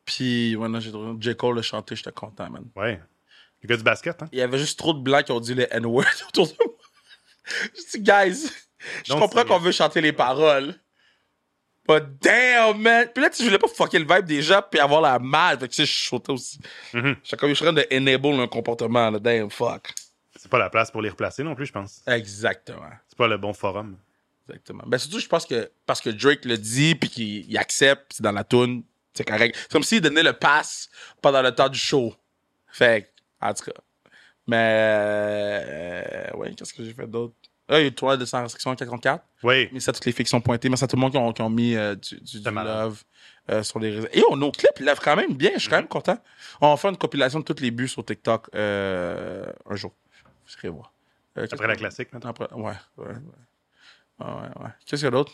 Puis, ouais, non, j'ai trouvé. J. Cole l'a chanté, j'étais content, man.
Ouais. Le gars du basket, hein?
il y avait juste trop de blancs qui ont dit les N-word autour de moi. Je dis, guys, je
Donc,
comprends
c'est-
qu'on veut chanter les paroles. But damn, man! Puis là, tu sais, je voulais pas fucker le vibe des gens puis avoir la mal. Fait que, tu sais, je sautais aussi.
Mhm.
J'étais comme, je suis en train de enable un comportement, là. Damn, fuck.
C'est pas la place pour les replacer non plus, je pense.
Exactement.
C'est pas le bon forum.
Exactement. Ben, surtout, je pense que parce que Drake le dit puis qu'il il accepte, c'est dans la tune, c'est correct. C'est comme s'il donnait le pass pendant le temps du show. Fait que, en tout cas. Mais, euh, ouais, qu'est-ce que j'ai fait d'autre? Ah, il y a eu le tournoi de sans restriction 44.
Oui.
Mais ça, toutes les filles qui sont pointées. Merci à tout le monde qui ont, qui ont mis euh, du, du, du
malade.
love euh, sur les réseaux. Et on, nos clips lèvent quand même bien. Je suis quand même content. On fait une compilation de tous les buts sur TikTok euh, un jour. Vous serez voir. Euh, qu'est-ce
Après la
qu'on-
classique, maintenant.
après, ouais, ouais, ouais. Ouais, ouais, ouais. Qu'est-ce qu'il y a d'autre?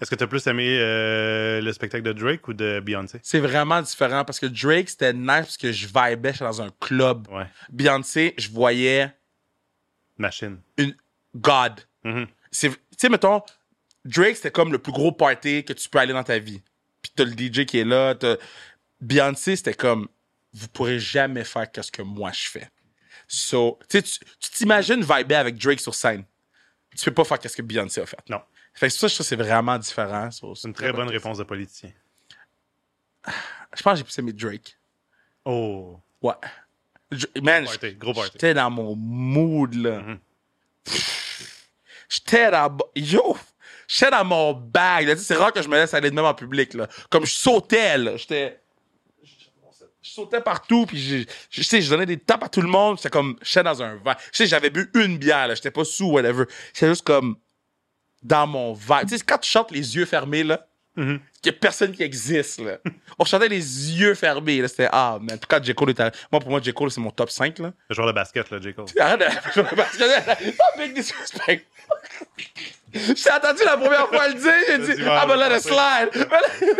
Est-ce que t'as plus aimé euh, le spectacle de Drake ou de Beyoncé?
C'est vraiment différent parce que Drake, c'était nice parce que je vibais, j'étais dans un club.
Ouais.
Beyoncé, je voyais
Machine.
une God.
Mhm.
C'est- Tu sais, mettons, Drake, c'était comme le plus gros party que tu peux aller dans ta vie. Puis t'as le DJ qui est là. t'as- Beyoncé, c'était comme, vous pourrez jamais faire qu'est-ce que moi je fais. So, tu sais, tu tu t'imagines vibrer avec Drake sur scène. Tu peux pas faire qu'est-ce que Beyoncé a fait.
Non.
Fait que ça, je trouve que c'est vraiment différent. So,
C'est une très bonne réponse de politicien.
Je pense que j'ai plus aimé Drake.
Oh.
Ouais. Je- man,
Gros party,
j-
gros party.
j'étais dans mon mood, là.
Mhm.
Pfff. J'étais dans... bo- Yo! J'étais dans mon bag. là. Tu sais, C'est rare que je me laisse aller de même en public, là. Comme je sautais, là. J'étais... Je sautais partout, puis je, je, tu sais, je donnais des tapes à tout le monde. C'était comme... J'étais dans un verre. Je sais, j'avais bu une bière, là. J'étais pas sous, whatever. J'étais juste comme... Dans mon vibe. Tu sais, quand tu chantes les yeux fermés, là,
Mhm.
qu'il y a personne qui existe, là. On chantait les yeux fermés, là. C'était, ah, mais en tout cas, J. Cole est à- Moi, pour moi, J. Cole, c'est mon top 5, là.
Le joueur de basket, là, J. Cole.
Arrête de jouer au basket. Pas big disrespect. J'ai entendu la première fois le dire, j'ai dit,
Vas-y, va,
I'm gonna let
va,
it slide.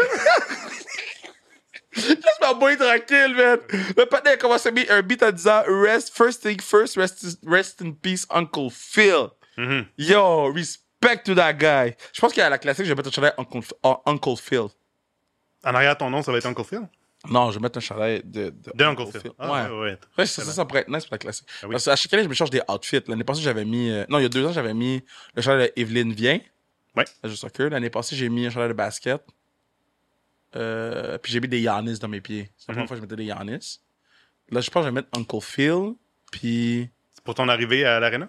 Laisse ma boy tranquille, man. Le patin a commencé à mettre un beat en disant, rest, first thing first, rest, is- rest in peace, Uncle Phil.
Mhm.
Yo, respect to that guy. Je pense qu'à la classique, je vais mettre un chandail Uncle, Uncle Phil.
En arrière de ton nom, ça va être Uncle Phil.
Non, je vais mettre un chandail de,
De Uncle, Phil. Ah,
ouais.
ouais, ouais.
Ouais, ça, ça, ça pourrait être nice pour la classique.
Ah oui.
Parce qu'à chaque année, je me change des outfits. L'année passée, j'avais mis. euh, non, il y a deux ans, j'avais mis le chandail de Evelyne Vient.
Ouais.
Je suis que L'année passée, j'ai mis un chandail de basket. Euh, puis j'ai mis des Yanis dans mes pieds. C'est la première
Mhm.
fois que je mettais des Yanis. Là, je pense que je vais mettre Uncle Phil. Puis.
C'est pour ton arrivée à l'Arena?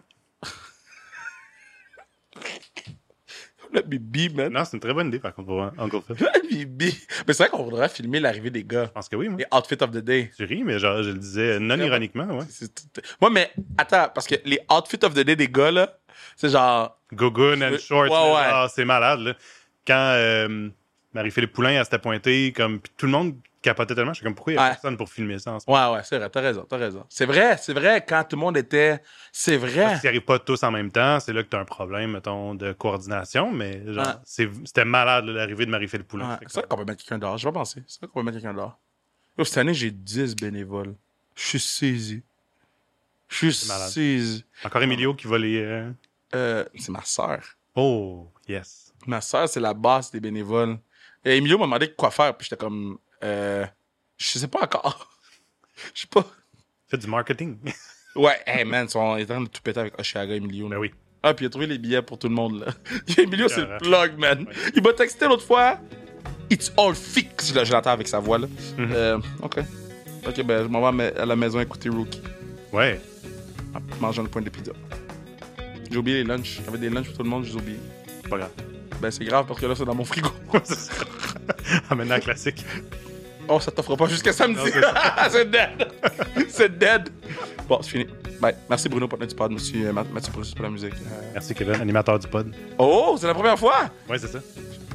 Le Bibi, man.
Non, c'est une très bonne idée, par contre, pour Uncle Phil. Je
Le Bibi. Mais c'est vrai qu'on voudrait filmer l'arrivée des gars.
pense que oui, moi.
Les outfits of the day.
Tu ris, mais genre, je le disais non ironiquement, ouais.
C'est tout- Ouais, mais attends, parce que les outfits of the day des gars, là, c'est genre.
Gogun and
Ouais,
shorts.
ouais.
là, ah, c'est malade, là. Quand euh, Marie-Philippe Poulain, elle s'était pointée, comme, puis tout le monde capotait tellement, j'étais comme, pourquoi il n'y a
Ouais.
personne pour filmer ça en ce moment?
Ouais, ouais, c'est vrai, t'as raison, t'as raison. C'est vrai, c'est vrai, quand tout le monde était. C'est vrai.
Parce qu'ils arrivent pas tous en même temps, c'est là que t'as un problème, mettons, de coordination, mais genre,
Ouais.
c'est- c'était malade, là, l'arrivée de Marie-Philippe
Ouais,
Poulain.
c'est vrai qu'on peut mettre quelqu'un dehors, je vais penser. C'est vrai qu'on peut mettre quelqu'un dehors. Yo, cette année, j'ai 10 bénévoles. Je suis saisi. Je suis
C'est malade.
saisi.
Encore Emilio qui va les. euh,
Euh, c'est ma sœur.
Oh, yes.
Ma sœur, c'est la base des bénévoles. Et Emilio m'a demandé quoi faire, puis j'étais comme. Euh, je sais pas encore. Je sais pas.
Fait du marketing.
Ouais, hey man, ils sont- ils sont en train de tout péter avec Oshiaga Emilio. là.
ben oui.
Ah, puis il a trouvé les billets pour tout le monde, là. Emilio, c'est le
Carrément.
plug, man.
Ouais.
Il m'a texté l'autre fois. It's all fixed. Là, je l'entends avec sa voix, là.
Mhm.
Euh, OK. OK, ben, je m'en vais à ma- à la maison écouter Rookie.
Ouais.
en Mangeant le point de pizza. J'ai oublié les lunchs. J'avais des lunchs pour tout le monde, j'ai oublié.
C'est Pas grave.
Ben, c'est grave parce que là, c'est dans mon frigo.
Ah, maintenant, classique.
Oh, ça t'offre pas jusqu'à samedi.
Non, c'est
c'est dead. c'est dead. Bon, c'est fini. Bye. Merci, Bruno, partenaire du pod. Merci, euh, Mathieu Proust, pour la musique. Euh,
Merci, Kevin, animateur du pod.
Oh, c'est la première fois.
Ouais, c'est ça.